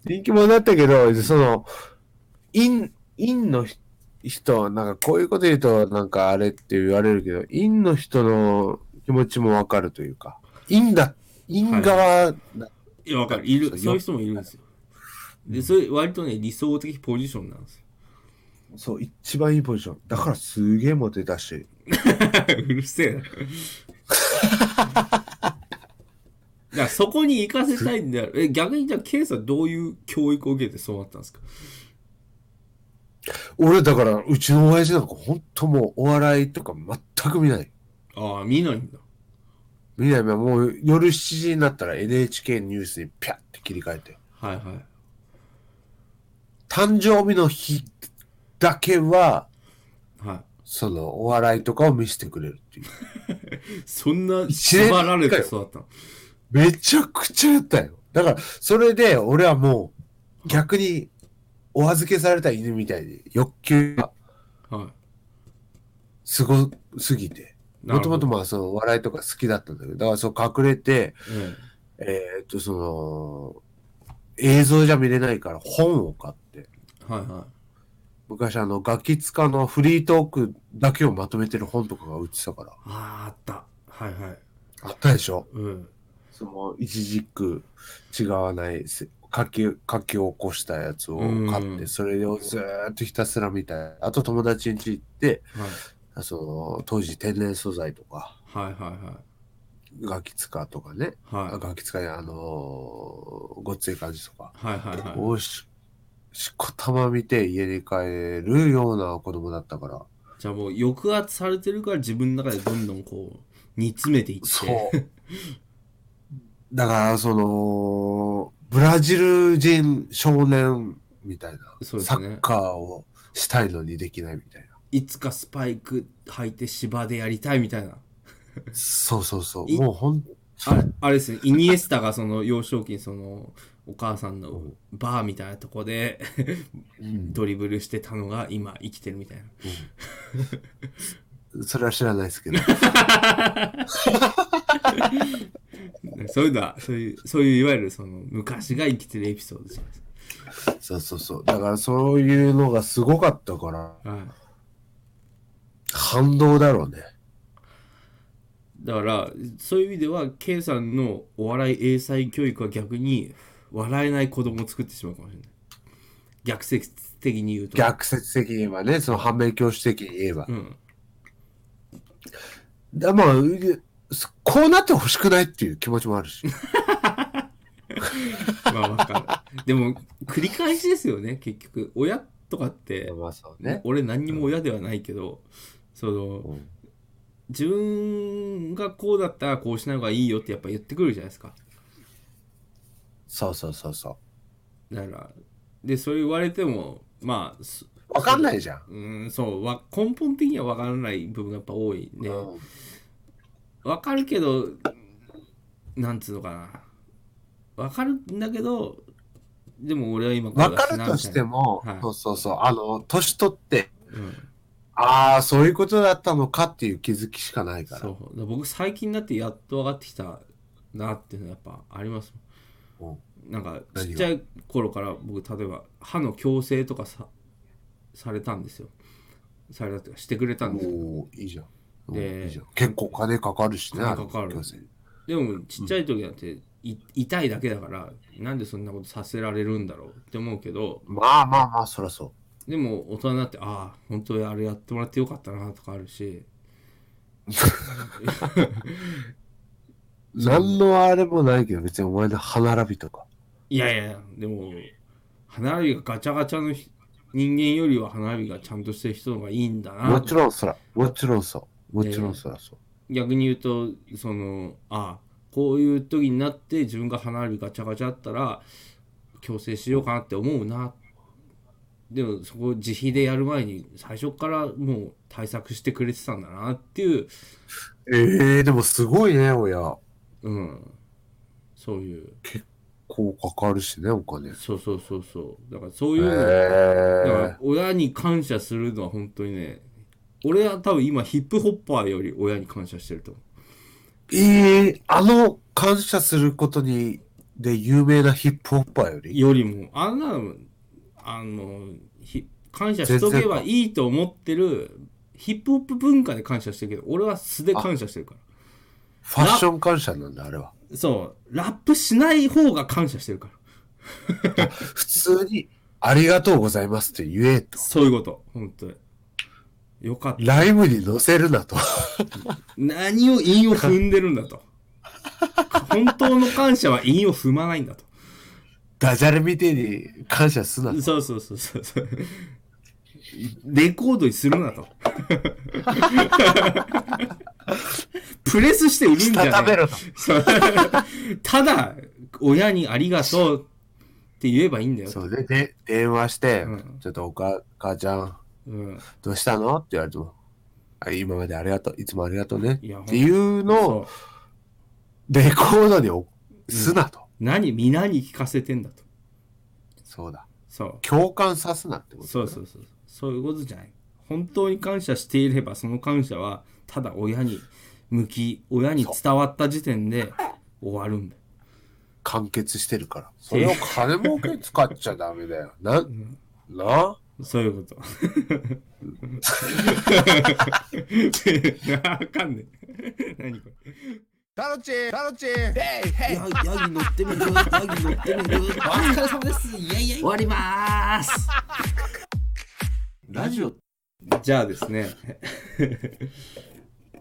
Speaker 1: 人気者だったけど、その、陰、陰のひ人、なんかこういうこと言うと、なんかあれって言われるけど、陰の人の気持ちもわかるというか、陰だ、陰側だ、
Speaker 3: いや、わかる。いる。
Speaker 1: そう
Speaker 3: そういう人もいるんですよ。で、それ、割とね、理想的ポジションなんですよ。
Speaker 1: そう、一番いいポジション。だからすげえモテたし、
Speaker 3: うるせえな。だ からそこに行かせたいんだよ。え、逆にじゃあ、ケイさんどういう教育を受けてそうなったんですか
Speaker 1: 俺だから、うちの親父なんか本当もうお笑いとか全く見ない。
Speaker 3: ああ、見ないんだ。
Speaker 1: 見ない見ないもう夜7時になったら NHK ニュースにピャって切り替えて。
Speaker 3: はいはい。
Speaker 1: 誕生日の日だけは、
Speaker 3: は
Speaker 1: そのお笑いとかを見せてくれるっていう。
Speaker 3: い。そんな、
Speaker 1: 一年
Speaker 3: 縛られて育ったの。
Speaker 1: めちゃくちゃやったよ。だから、それで俺はもう逆にお預けされた犬みたいに欲求が
Speaker 3: はい。
Speaker 1: すごすぎて。
Speaker 3: な
Speaker 1: も
Speaker 3: るほ
Speaker 1: と
Speaker 3: ど
Speaker 1: もとまあそのお笑いとか好きだったんだけど、だからそう隠れて、
Speaker 3: え
Speaker 1: えーっとその、映像じゃ見れないから本を買って。
Speaker 3: え。はいは
Speaker 1: 昔あの、ガキツカのフリートークだけをまとめてる本とかが売ってたから。
Speaker 3: い。ああ、あった。はいはい。
Speaker 1: あったでしょ
Speaker 3: うん。
Speaker 1: その、一軸違わないせ、書き、書き起こしたやつを買っ
Speaker 3: う
Speaker 1: て、
Speaker 3: ん
Speaker 1: それをずーっとひたすら見たい。あと友達ん家行って、
Speaker 3: はい。
Speaker 1: その、当時天然素材とか、
Speaker 3: はいはいは
Speaker 1: ガキツカとかね。
Speaker 3: い。はい
Speaker 1: あ。ガキツカや、あのーごっつい感じとか。
Speaker 3: はいはいはい。
Speaker 1: をし、しこたま見て家に帰るような子供だったから。
Speaker 3: じゃあもう抑圧されてるから自分の中でどんどんこう煮詰めていって
Speaker 1: そう。 だから、その、ブラジル人少年みたいな、
Speaker 3: そうです
Speaker 1: サ
Speaker 3: ね
Speaker 1: ッカーをしたいのにできないみたいな。
Speaker 3: いつかスパイク履いて芝でやりたいみたいな
Speaker 1: そうそうそう。
Speaker 3: い
Speaker 1: もうほん、
Speaker 3: あれあれですねイニエスタがその幼少期にそのお母さんのバーみたいなとこで ドリブルしてたのが今生きてるみたいな
Speaker 1: それは知らないですけど。
Speaker 3: そういうのはそういうそういういわゆるその昔が生きてるエピソードじゃないです
Speaker 1: そうそうそう。だからそういうのがすごかったから、
Speaker 3: か、はい、
Speaker 1: 感動だろうね。
Speaker 3: だからそういう意味では K さんのお笑い英才教育は逆に笑えない子供を作ってしまうかもしれない逆説的に言うと
Speaker 1: 逆説的に言えばね、その反面教師的に言えば
Speaker 3: う。ん
Speaker 1: だまあ、うこうなってほしくないっていう気持ちもあるし。
Speaker 3: まあわかるでも繰り返しですよね結局親とかって
Speaker 1: まあそうね。
Speaker 3: 俺何にも親ではないけど、その
Speaker 1: うん
Speaker 3: 自分がこうだったらこうしない方がいいよってやっぱ言ってくるじゃないですか
Speaker 1: そうそうそうそ
Speaker 3: だからでそう言われてもまあす
Speaker 1: う。わかんないじゃん。
Speaker 3: うーんそうわ根本的には分からない部分がやっぱ多いね
Speaker 1: うん
Speaker 3: 分かるけどなんつうのかな分かるんだけどでも俺は今こう
Speaker 1: わ
Speaker 3: だ
Speaker 1: か
Speaker 3: しな
Speaker 1: るとしても、
Speaker 3: はい
Speaker 1: そうそうそう、あの、年取って、
Speaker 3: みたいなうん
Speaker 1: ああ、そういうことだったのかっていう気づきしかないから。
Speaker 3: そうだから僕最近になってやっと分かってきたなっていうのはやっぱありますもん
Speaker 1: うん
Speaker 3: なんか
Speaker 1: 何が
Speaker 3: ちっちゃい頃から僕例えば歯の矯正とかさされたんですよされたっていうかしてくれたんですよ
Speaker 1: おおいいじゃん。うん
Speaker 3: で
Speaker 1: いいじゃん結構金かかるしね。
Speaker 3: 金かかる
Speaker 1: あの矯正
Speaker 3: でもちっちゃい時だって、い痛いだけだからなんでそんなことさせられるんだろうって思うけど
Speaker 1: まあまあまあ、そらそ
Speaker 3: でも大人になってああ本当にあれやってもらってよかったなとかあるし
Speaker 1: う。何のあれもないけど、別にお前の歯並びとか。
Speaker 3: いやいやいやでも歯並びがガチャガチャのひ人間よりは歯並びがちゃんとしてる人の方がいいんだ
Speaker 1: も
Speaker 3: な
Speaker 1: ちろんそら、もちろんそう。もちろんそらそう。
Speaker 3: 逆に言うとそのあこういう時になって自分が歯並びガチャガチャあったら矯正しようかなって思うなでもそこを自費でやる前に最初からもう対策してくれてたんだなっていう、
Speaker 1: ええでもすごいね、親。
Speaker 3: うん、そういう
Speaker 1: こうかかるしね、お金。へ
Speaker 3: そうそうそうそうだからそういうのをだから
Speaker 1: え
Speaker 3: 親に感謝するのは本当にね俺は多分今ヒップホッパーより親に感謝してると思
Speaker 1: ええあの、感謝することに、で、有名なヒップホッパーよ
Speaker 3: う
Speaker 1: り
Speaker 3: よりもあんなのあのひ感謝しとけばいいと思ってるヒップホップ文化で感謝してるけど俺は素で感謝してるか
Speaker 1: ファッション感謝なんだ、あれは。
Speaker 3: らそうラップしない方が感謝してるから
Speaker 1: 普通に、ありがとうございますって言えと。
Speaker 3: そういうこと本当によかった
Speaker 1: ライブに載せるなと。
Speaker 3: 何を韻を踏んでるんだと本当の感謝は韻を踏まないんだと
Speaker 1: ダジャレみてえに感謝すなと。
Speaker 3: そうそうそうそうそう。レコードにするなと。プレスして売るんじゃ
Speaker 1: したた
Speaker 3: な
Speaker 1: め
Speaker 3: い
Speaker 1: ろと。
Speaker 3: そう ただ、親にありがとうって言えばいいんだよ。
Speaker 1: そうで、で、電話して、
Speaker 3: うん
Speaker 1: ちょっとおか、母ちゃん、
Speaker 3: うん、
Speaker 1: どうしたのって言われても、あ今までありがとう、いつもありがとうね。って
Speaker 3: いや
Speaker 1: いうのを
Speaker 3: そう
Speaker 1: レコードにおすなと。
Speaker 3: 何、皆に聞かせてんだと。
Speaker 1: そうだ。
Speaker 3: そう。
Speaker 1: 共感さすなってこと。
Speaker 3: そうそうそう。そういうことじゃない。本当に感謝していれば、その感謝は、ただ親に向き、親に伝わった時点で終わるんだよ。
Speaker 1: 完結してるから。 それを金儲けに使っちゃダメだよ。な、な
Speaker 3: そういう こと。あかんねえ。何これ。
Speaker 1: タロチンタロチン
Speaker 2: ヤギヤギ乗ってみるヤギ乗ってみるお疲れ様ですイエイイエイ終わりまーす
Speaker 1: ラジオ
Speaker 3: じゃあですね。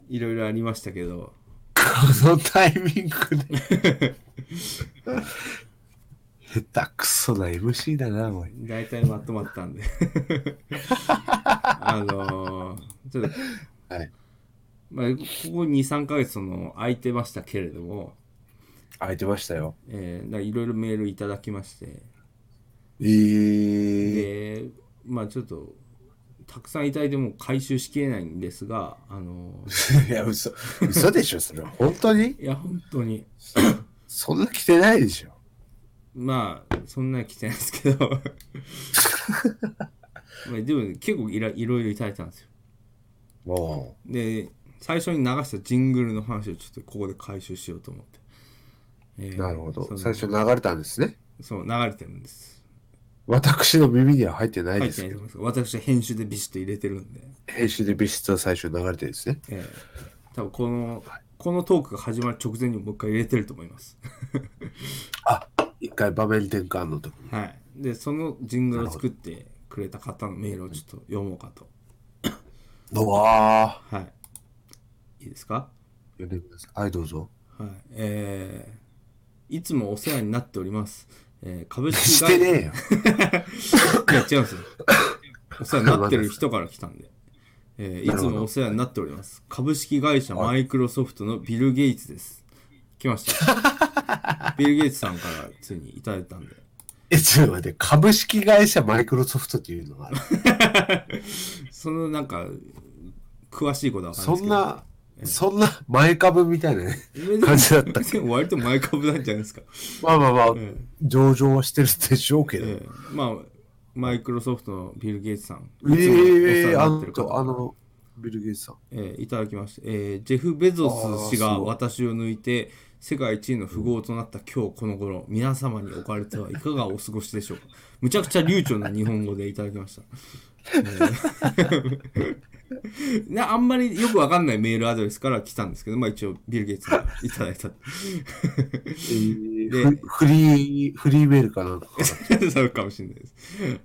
Speaker 3: いろいろありましたけど、
Speaker 1: このタイミングで。下手くそな MC だな、おい。
Speaker 3: 大体まとまったんで。 あのーちょっと、
Speaker 1: はい。
Speaker 3: まあ、ここ2、3ヶ月、その、空いてましたけれども、
Speaker 1: 空いてましたよ。
Speaker 3: えー、いろいろメールいただきまして、
Speaker 1: えー、
Speaker 3: でまあちょっとたくさんいただいてもう回収しきれないんですがあの
Speaker 1: いや、嘘。嘘でしょ、それは。本当に
Speaker 3: いや本当に
Speaker 1: そんな来てないでしょ。
Speaker 3: まあそんな来てないです けどまあでも、結構いらいろいろいただいたんですよ
Speaker 1: も
Speaker 3: で最初に流したジングルの話をちょっとここで回収しようと思って、え
Speaker 1: う。
Speaker 3: ー
Speaker 1: なるほど。
Speaker 3: その
Speaker 1: 最初流れたんですね。
Speaker 3: そう流れてるんです
Speaker 1: 私の耳には入ってない
Speaker 3: 入
Speaker 1: で
Speaker 3: って
Speaker 1: す
Speaker 3: ない
Speaker 1: け
Speaker 3: と
Speaker 1: ど、
Speaker 3: 思います私は編集でビシッと入れてるんで
Speaker 1: 編集でビシッと最初流れてるんですね。
Speaker 3: えー、多分このこのトークが始まる直前にもう一回入れてると思います
Speaker 1: あ、一回場面転換の時に。
Speaker 3: はい、でそのジングルを作ってくれた方のメールをちょっと読もうかと
Speaker 1: うわ
Speaker 3: はいいいですか
Speaker 1: ー。読んでください。はい、どうぞ。
Speaker 3: はいえーいつもお世話になっておりますえー株式
Speaker 1: し
Speaker 3: 会
Speaker 1: て
Speaker 3: 社
Speaker 1: ねえよ。
Speaker 3: いや、違うんで すよ。お世話になってる人から来たんで。えーい
Speaker 1: なる
Speaker 3: つ
Speaker 1: ほど
Speaker 3: もお世話になっております。株式会社マイクロソフトのビル・ゲイツです。来ました。 ビル・ゲイツさんからついにいただいたんで。
Speaker 1: え、ちょっと待って、株式会社マイクロソフトっていうのがある。
Speaker 3: そのなんか、詳しいことは分か
Speaker 1: そん
Speaker 3: んない
Speaker 1: な、そんな前株みたいなね。
Speaker 3: ですけど。
Speaker 1: 感じだった
Speaker 3: でも割と前株なんじゃないですか。
Speaker 1: まあまあまあ
Speaker 3: え、え
Speaker 1: 上場はしてるでしょうけど。
Speaker 3: ええまあ、マイクロソフトのビル・ゲイツさん。いつもお世
Speaker 1: ええ
Speaker 3: 話
Speaker 1: あ
Speaker 3: になってる方
Speaker 1: の、あの、ビル・ゲイツさん。
Speaker 3: えーいただきました、えージェフ・ベゾス氏
Speaker 1: あーす
Speaker 3: が
Speaker 1: ごい
Speaker 3: 私を抜いて世界一位の富豪となった今日この頃皆様におかれてはいかがお過ごしでしょうか むちゃくちゃ流暢な日本語でいただきました、えー なあんまりよくわかんないメールアドレスから来たんですけど、まあ、一応ビル・ゲイツからいただいた
Speaker 1: えー
Speaker 3: で
Speaker 1: フフリー、フリーメールかなんか。
Speaker 3: そうかもしれないです。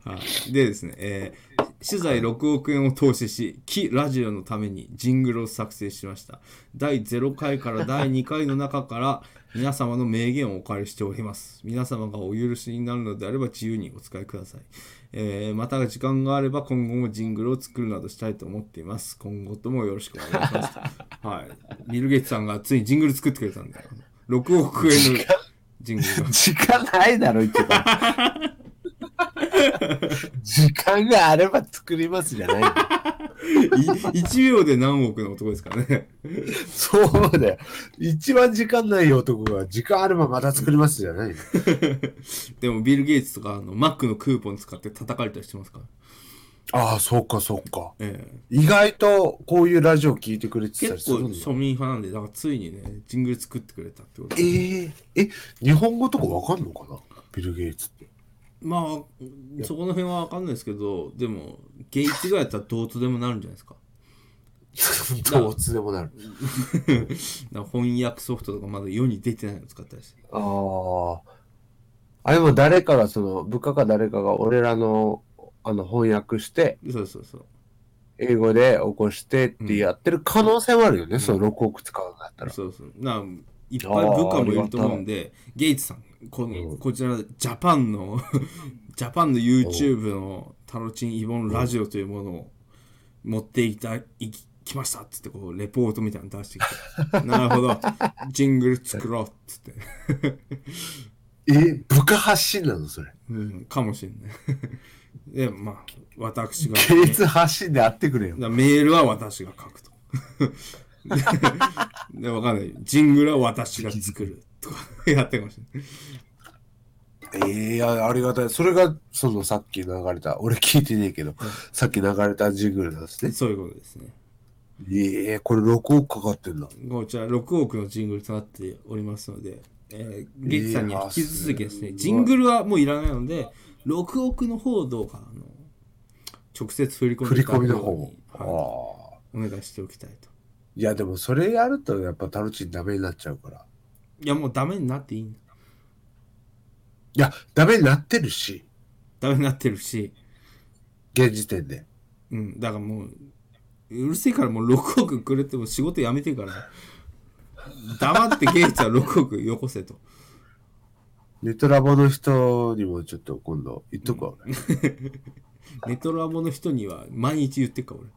Speaker 3: はい、でですね、えー資材6億円を投資し、木ラジオのためにジングルを作成しました。第0回から第2回の中から、皆様の名言をお借りしております。皆様がお許しになるのであれば自由にお使いください。えーまた時間があれば今後もジングルを作るなどしたいと思っています。今後ともよろしくお願いします。はい。ビル・ゲイツさんがついにジングル作ってくれたんだよ。6億円のジングルが。
Speaker 1: 時間ないだろ、一番。 時間があれば作りますじゃないの
Speaker 3: 1秒で何億の男ですからね。
Speaker 1: そうだよ。一番時間ない男が、時間あればまた作りますじゃないの
Speaker 3: でもビル・ゲイツとかあのマックのクーポン使って叩かれたりしてますから。
Speaker 1: ああ、そうか、そうか。
Speaker 3: ええ
Speaker 1: 意外と、こういうラジオ聞いてくれてたり
Speaker 3: 結
Speaker 1: す
Speaker 3: 構
Speaker 1: るんだ
Speaker 3: 庶。民派なんで、だからついにね、ジングル作ってくれたってこと
Speaker 1: え。ー、え、日本語とかわかんのかなビル・ゲイツって。
Speaker 3: まあ、そこの辺は分かんないですけど、でも、ゲイツぐらいだったらどうとでもなるんじゃないです か。
Speaker 1: どうつでもなる。
Speaker 3: だから翻訳ソフトとかまだ世に出てないの使ったりして。
Speaker 1: ああ。あ、でも誰かが、その、部下か誰かが俺らの、あの、翻訳して、
Speaker 3: そうそうそう。
Speaker 1: 英語で起こしてってやってる可能性もあるよね、
Speaker 3: ん
Speaker 1: その6億使うんだったら。
Speaker 3: そうそう。なあいっぱい部下もいると思うんで、ゲイツさん、こ
Speaker 1: う
Speaker 3: の
Speaker 1: ん
Speaker 3: こちら、ジャパンの、 ジャパンの YouTube のタロチン・イボンラジオというものを持っていた、いき来ましたっつって、こう、レポートみたいなの出してきて、なる ほど、ジングル作ろうっつって、
Speaker 1: え、部下発信なのそれ。
Speaker 3: うん、かもしれ ない。で、まあ、私が、
Speaker 1: ケース発信であってくれよ。
Speaker 3: だメールは私が書くと。 で、わかんない。ジングルは私が作るとか、やってるかもしれない。
Speaker 1: ええあありがたい。それが、そのさっき流れた、俺聞いてねえけど、さっき流れたジングルなんですね。
Speaker 3: そういうことですね。
Speaker 1: ええこれ6億かかってんだ。
Speaker 3: こちら6億のジングルとなっておりますので、えー、ゲッツさんには引き続きです
Speaker 1: い
Speaker 3: ね、
Speaker 1: やーすごい
Speaker 3: ジングルはもういらないので、6億の方をどうか、あの、直接振り込ん
Speaker 1: 振
Speaker 3: で
Speaker 1: り
Speaker 3: いただ
Speaker 1: 込
Speaker 3: く
Speaker 1: み
Speaker 3: よ
Speaker 1: の
Speaker 3: う
Speaker 1: 方
Speaker 3: に
Speaker 1: も。
Speaker 3: は
Speaker 1: ああ。
Speaker 3: い、お願いしておきたいと。
Speaker 1: いや、でもそれやると、やっぱタロチンダメになっちゃうから。
Speaker 3: いや、もうダメになっていいんだ。
Speaker 1: いや、ダメになってるし、
Speaker 3: ダメになってるし、
Speaker 1: 現時点で。
Speaker 3: うん、だからもう、うるせえからもう6億くれても仕事辞めてから、黙ってゲイツは6億よこせと。
Speaker 1: ネトラボの人にもちょっと今度言っとくわ、俺
Speaker 3: ネトラボの人には毎日言ってっか、俺。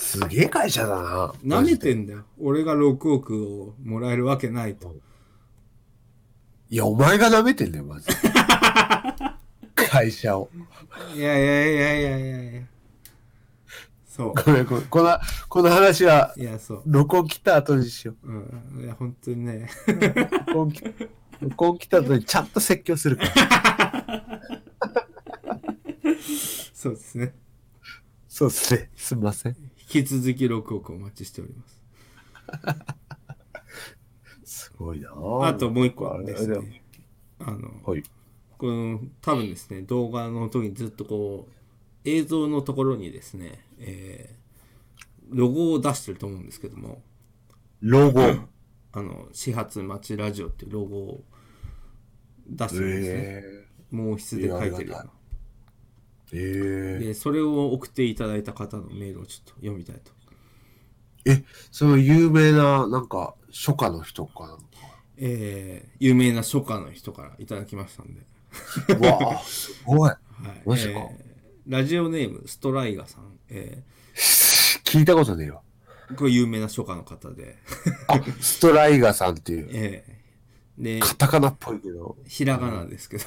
Speaker 1: すげえ会社だな。
Speaker 3: 舐めてんだよ。俺が6億をもらえるわけないと。
Speaker 1: いや、お前が舐めてんだよ、ま ず。会社を。
Speaker 3: いやいやいやいやいやいや。そ
Speaker 1: これ、ここの、この話は
Speaker 3: う。、いや、そう。
Speaker 1: 録音来た後にしよ
Speaker 3: うん。いや、本当にね。
Speaker 1: う。録音来録音来た後にちゃんと説教するから。
Speaker 3: そうですね。
Speaker 1: そうですね。すみません。
Speaker 3: 引き続き6億お待ちしております。
Speaker 1: すごいな
Speaker 3: あともう一個です
Speaker 1: あれ
Speaker 3: ね。あの、
Speaker 1: はい。
Speaker 3: この多分ですね動画の時にずっとこう映像のところにですね、えーロゴを出してると思うんですけども
Speaker 1: ロゴ。
Speaker 3: あの始発町ラジオっていうロゴを出してるんですね、
Speaker 1: え
Speaker 3: 毛筆で書いてるような
Speaker 1: ー、えー、
Speaker 3: でそれを送っていただいた方のメールをちょっと読みたいと
Speaker 1: え、その有名な、なんか、初夏の人かなんか。
Speaker 2: えー有名な初夏の人からいただきましたんで、
Speaker 1: うわあ、すごい。
Speaker 2: はい
Speaker 1: マジか
Speaker 2: えーラジオネームストライガさん、え
Speaker 1: 聞いたことねえわ。
Speaker 2: ーこれ有名な初夏の方で、
Speaker 1: あ、ストライガーさんっていう。
Speaker 2: えーで
Speaker 1: カタカナっぽいけど、
Speaker 2: ひらがなですけど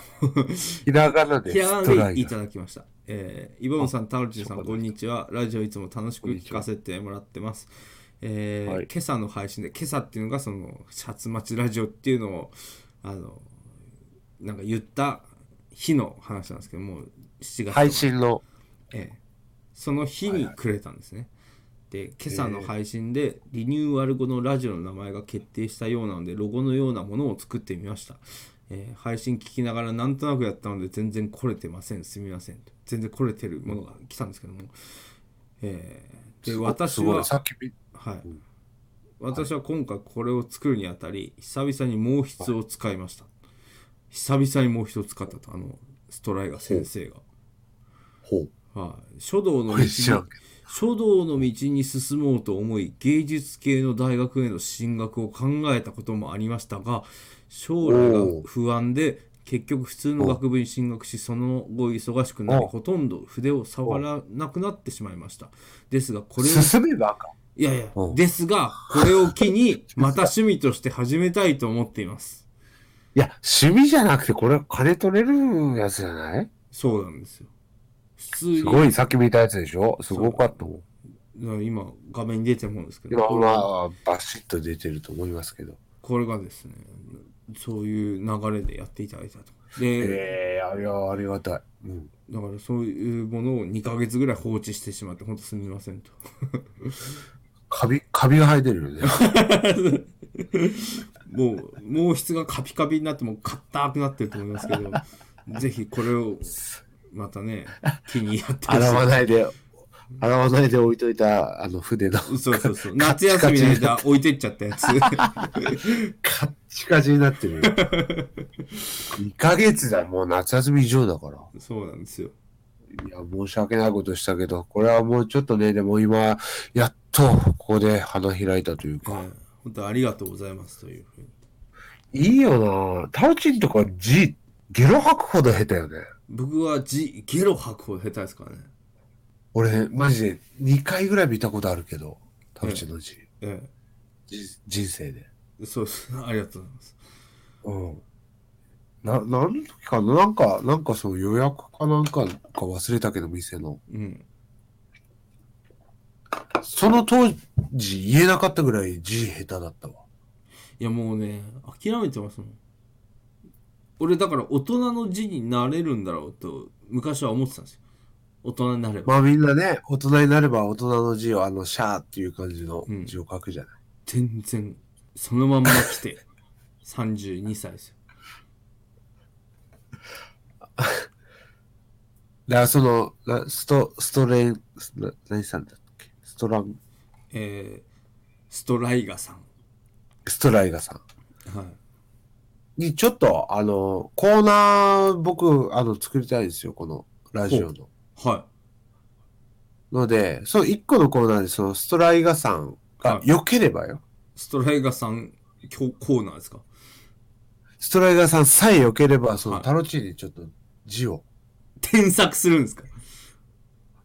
Speaker 1: ひらがなで
Speaker 2: ひらが
Speaker 1: スト
Speaker 2: な
Speaker 1: ラ
Speaker 2: で
Speaker 1: イ
Speaker 2: い
Speaker 1: ガー。
Speaker 2: ただきました、えーイボンさんタロチンさ
Speaker 1: そ
Speaker 2: ん
Speaker 1: うか
Speaker 2: こんにちはラジオいつも楽しく聞かせてもらってますえー
Speaker 1: はい
Speaker 2: 今朝の配信で今朝っていうのがそのシャツ待ちラジオっていうのをあのなんか言った日の話なんですけどもう7月の
Speaker 1: 配信の。
Speaker 2: ええ、その日にくれたんですね、で今朝の配信でリニューアル後のラジオの名前が決定したようなのでロゴのようなものを作ってみました、えー配信聞きながらなんとなくやったので全然来れてませんすみませんと全然来れてるものが来たんですけども、えーです
Speaker 1: ご
Speaker 2: 私
Speaker 1: すご
Speaker 2: はい
Speaker 1: さっき見
Speaker 2: はい、私は今回これを作るにあたり久々に毛筆を使いました、久々に毛筆を使ったとあのストライガー先生が
Speaker 1: ほう。
Speaker 2: はい、書道の
Speaker 1: こ
Speaker 2: 道
Speaker 1: れ
Speaker 2: に
Speaker 1: 知らんけ
Speaker 2: 書道の道に進もうと思い芸術系の大学への進学を考えたこともありましたが将来が不安で結局普通の学部に進学しその後忙しくなり
Speaker 1: お
Speaker 2: ほとんど筆を触らなくなってしまいましたですがこ
Speaker 1: ど。
Speaker 2: れを
Speaker 1: 進めばあかん。
Speaker 2: いやいや
Speaker 1: お
Speaker 2: ですがこれを機にまた趣味として始めたいと思っています
Speaker 1: いや、趣味じゃなくて、これ金取れるやつじゃない
Speaker 2: そうなんですよ普通
Speaker 1: す
Speaker 2: に
Speaker 1: ごい、さっき見たやつでしょすごかったもん。
Speaker 2: 今画面に出てるもんですけど
Speaker 1: 今はバシッと出てると思いますけど。
Speaker 2: これがですねそういう流れでやっていただいたとで、
Speaker 1: ええいや、ありがたい。うん。
Speaker 2: だからそういうものを2ヶ月ぐらい放置してしまって本当すみませんと
Speaker 1: カビ、カビが生えてるよね。
Speaker 2: もう毛筆がカピカピになってもう硬くなってると思いますけどぜひこれをまたね気にやってほしい
Speaker 1: 洗わないで、洗わないで置いといた、あの、筆の。
Speaker 2: そうそうそう
Speaker 1: カ
Speaker 2: 夏
Speaker 1: チ
Speaker 2: 休
Speaker 1: カチ
Speaker 2: みの間置いてっちゃったやつ
Speaker 1: カッチカチになって るよ。2ヶ月だよ、もう夏休み以上だから。
Speaker 2: そうなんですよ
Speaker 1: いや、申し訳ないことしたけど、これはもうちょっとね、でも今、やっと、ここで花開いたという
Speaker 2: え
Speaker 1: か。
Speaker 2: ー本当ありがとうございますというふうに
Speaker 1: いいよなタオチンとか字、ゲロ吐くほど下手よね。
Speaker 2: 僕は字ゲロ吐くほど下手ですからね
Speaker 1: 俺、マジで2回ぐらい見たことあるけど、タオチンの字。
Speaker 2: え
Speaker 1: じ人生で。
Speaker 2: えそうですありがとうございます
Speaker 1: うん。な、何の時かななんか、なんかその予約かなんかか忘れたけど、店の。
Speaker 2: うん。
Speaker 1: その当時言えなかったぐらい字下手だったわ。
Speaker 2: いやもうね、諦めてますもん。俺だから大人の字になれるんだろうと昔は思ってたんですよ。大人になれば。
Speaker 1: まあみんなね、大人になれば大人の字をあの、シャーっていう感じの
Speaker 2: うん
Speaker 1: 字を書くじゃない。
Speaker 2: 全然、そのまんま来て、32歳ですよ。
Speaker 1: だからその、なスト、ストレン、スな何さんだっけストラン、
Speaker 2: えー、ストライガさん。
Speaker 1: ストライガさん。
Speaker 2: はい。
Speaker 1: にちょっと、あの、コーナー、僕、あの、作りたいんですよ、この、ラジオの。
Speaker 2: は
Speaker 1: ので、その一個のコーナーで、その、ストライガさんが
Speaker 2: はい
Speaker 1: 良ければよ。
Speaker 2: い。ストライガさん今日コーナーですか
Speaker 1: ストライガさんさえ良ければ、そ
Speaker 2: は
Speaker 1: の、
Speaker 2: い
Speaker 1: タロチーにちょっと字を
Speaker 2: 添削するんですか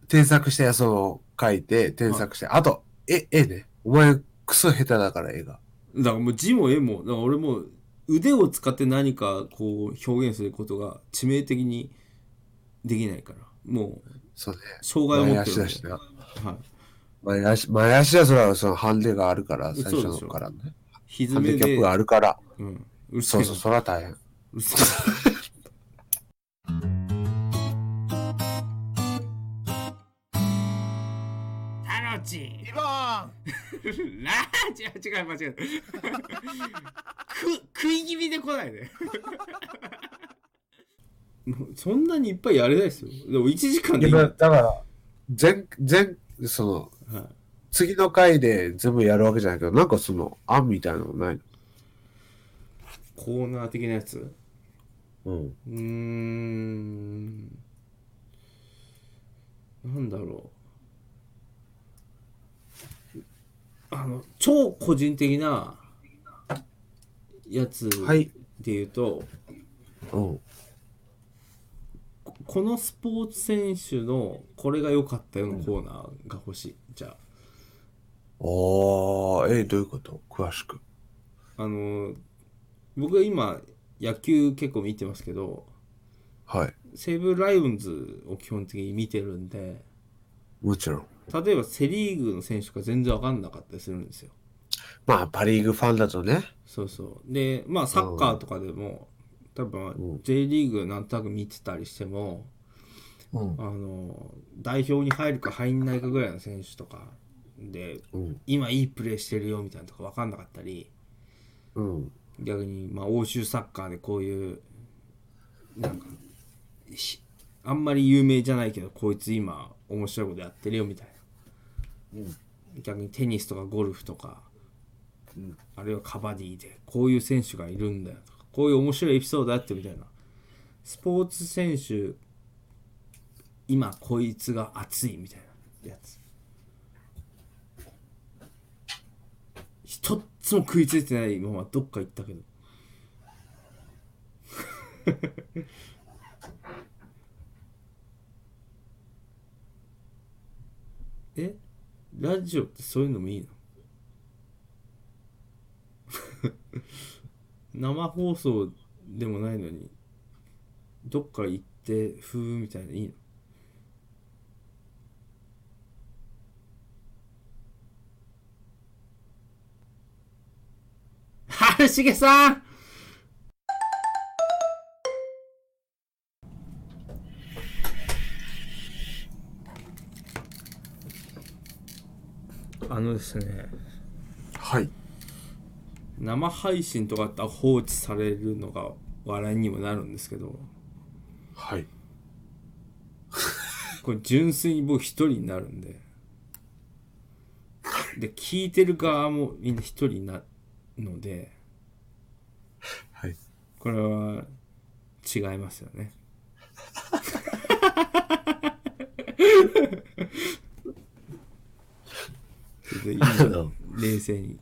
Speaker 1: 添削して、その、書いて、添削して、あと、絵、絵ね。お前、クソ下手だから、絵が。
Speaker 2: だからもう字も絵も、だから俺もう腕を使って何かこう表現することが致命的にできないから。もう、
Speaker 1: そうね。
Speaker 2: 障害を
Speaker 1: 前
Speaker 2: 持って
Speaker 1: 足
Speaker 2: る
Speaker 1: だ
Speaker 2: んで
Speaker 1: しな。
Speaker 2: はい。
Speaker 1: 前足、前足はそれはそのハンデがあるから、
Speaker 2: そう
Speaker 1: 最
Speaker 2: でしょ
Speaker 1: 初のからね。ハ
Speaker 2: 歪
Speaker 1: ン
Speaker 2: め
Speaker 1: デキャッ
Speaker 2: で
Speaker 1: プ、があるから。
Speaker 2: うん、うるせ
Speaker 1: そ
Speaker 2: え
Speaker 1: うそう、それは大変。
Speaker 2: うるせえタロチ
Speaker 4: リボーン
Speaker 2: ラ違う違う間違えた く食い気味で来ないで そんなにいっぱいやれないですよでも1時間でいい
Speaker 1: だ
Speaker 2: は
Speaker 1: から、全、全、その、
Speaker 2: い
Speaker 1: 次の回で全部やるわけじゃないけど、なんかその、案みたいなのない
Speaker 2: コーナー的なやつう
Speaker 1: のうん。
Speaker 2: ーんなんだろうあの超個人的なやつ
Speaker 1: はい
Speaker 2: で言うと、
Speaker 1: うん。
Speaker 2: ここのスポーツ選手のこれが良かったよのコーナーが欲しい、じゃあ
Speaker 1: おー、え、どういうこと詳しく。
Speaker 2: あの僕は今野球結構見てますけど
Speaker 1: はい。
Speaker 2: 西武ライオンズを基本的に見てるんで
Speaker 1: もちろん。
Speaker 2: 例えばセ・リーグの選手が全然分かんなかったりするんですよ
Speaker 1: まあ、パリーグファンだとね。
Speaker 2: そうそうでまあサッカーとかでも多分
Speaker 1: うん
Speaker 2: J リーグなんとなく見てたりしても
Speaker 1: うん。
Speaker 2: あの代表に入るか入んないかぐらいの選手とかで
Speaker 1: うん。
Speaker 2: 今いいプレーしてるよみたいなとか分かんなかったり
Speaker 1: うん。
Speaker 2: 逆に、まあ、欧州サッカーでこういうなんかしあんまり有名じゃないけどこいつ今面白いことやってるよみたいな、逆にテニスとかゴルフとか、あるいはカバディでこういう選手がいるんだよとかこういう面白いエピソードあってみたいなスポーツ選手今こいつが熱いみたいなやつ一つも食いついてないままどっか行ったけど えラジオってそういうのもいいの 生放送でもないのにどっか行ってふーみたいなのいいの春重さんあのですね
Speaker 1: はい。
Speaker 2: 生配信とかって放置されるのが笑いにもなるんですけど
Speaker 1: はい。
Speaker 2: これ純粋に僕一人になるんでで聞いてる側もみんな一人になるので
Speaker 1: はい。
Speaker 2: これは違いますよねちょっといい
Speaker 1: の
Speaker 2: 冷静に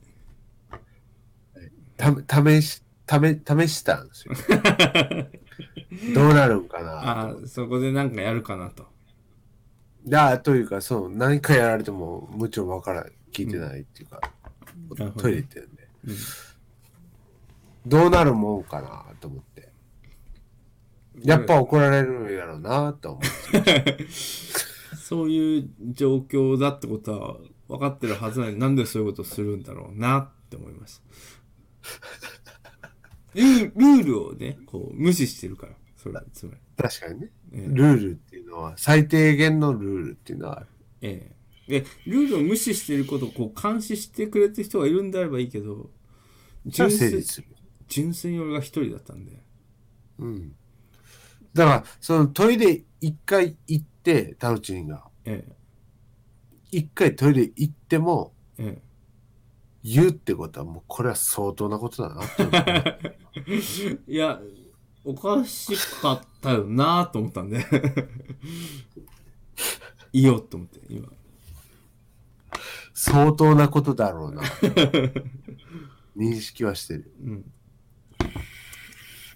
Speaker 1: た、試し、試、試したん ですよ。どうなるんかな。
Speaker 2: ああそこでなんかやるかなと
Speaker 1: だ、というか、そう、何かやられても、もちろんわからん。聞いてないっていうか、
Speaker 2: なるほど
Speaker 1: トイレ行ってるんで。どうなるもんかなと思って。やっぱ怒られるんやろうなと思って。
Speaker 2: そういう状況だってことは分かってるはずなのになんでそういうことするんだろうなって思いましたルールールをねこう無視してるからそれはつまり
Speaker 1: 確かにね。
Speaker 2: ええ
Speaker 1: ルールっていうのは、最低限のルールっていうのはある、
Speaker 2: ええでルールを無視してることをこう監視してくれてる人がいるんであればいいけど
Speaker 1: じゃあ
Speaker 2: 純
Speaker 1: 成
Speaker 2: 粋
Speaker 1: 立する。
Speaker 2: 純粋に俺が一人だったんで
Speaker 1: うん。だから、そのトイレ一回行って、タロチンが。
Speaker 2: え
Speaker 1: 一回トイレ行っても、
Speaker 2: ええ
Speaker 1: 言うってことは、もうこれは相当なことだなって思う
Speaker 2: えいやおかしかったよなと思ったんで いいよと思って今
Speaker 1: 相当なことだろう な。認識はしてる。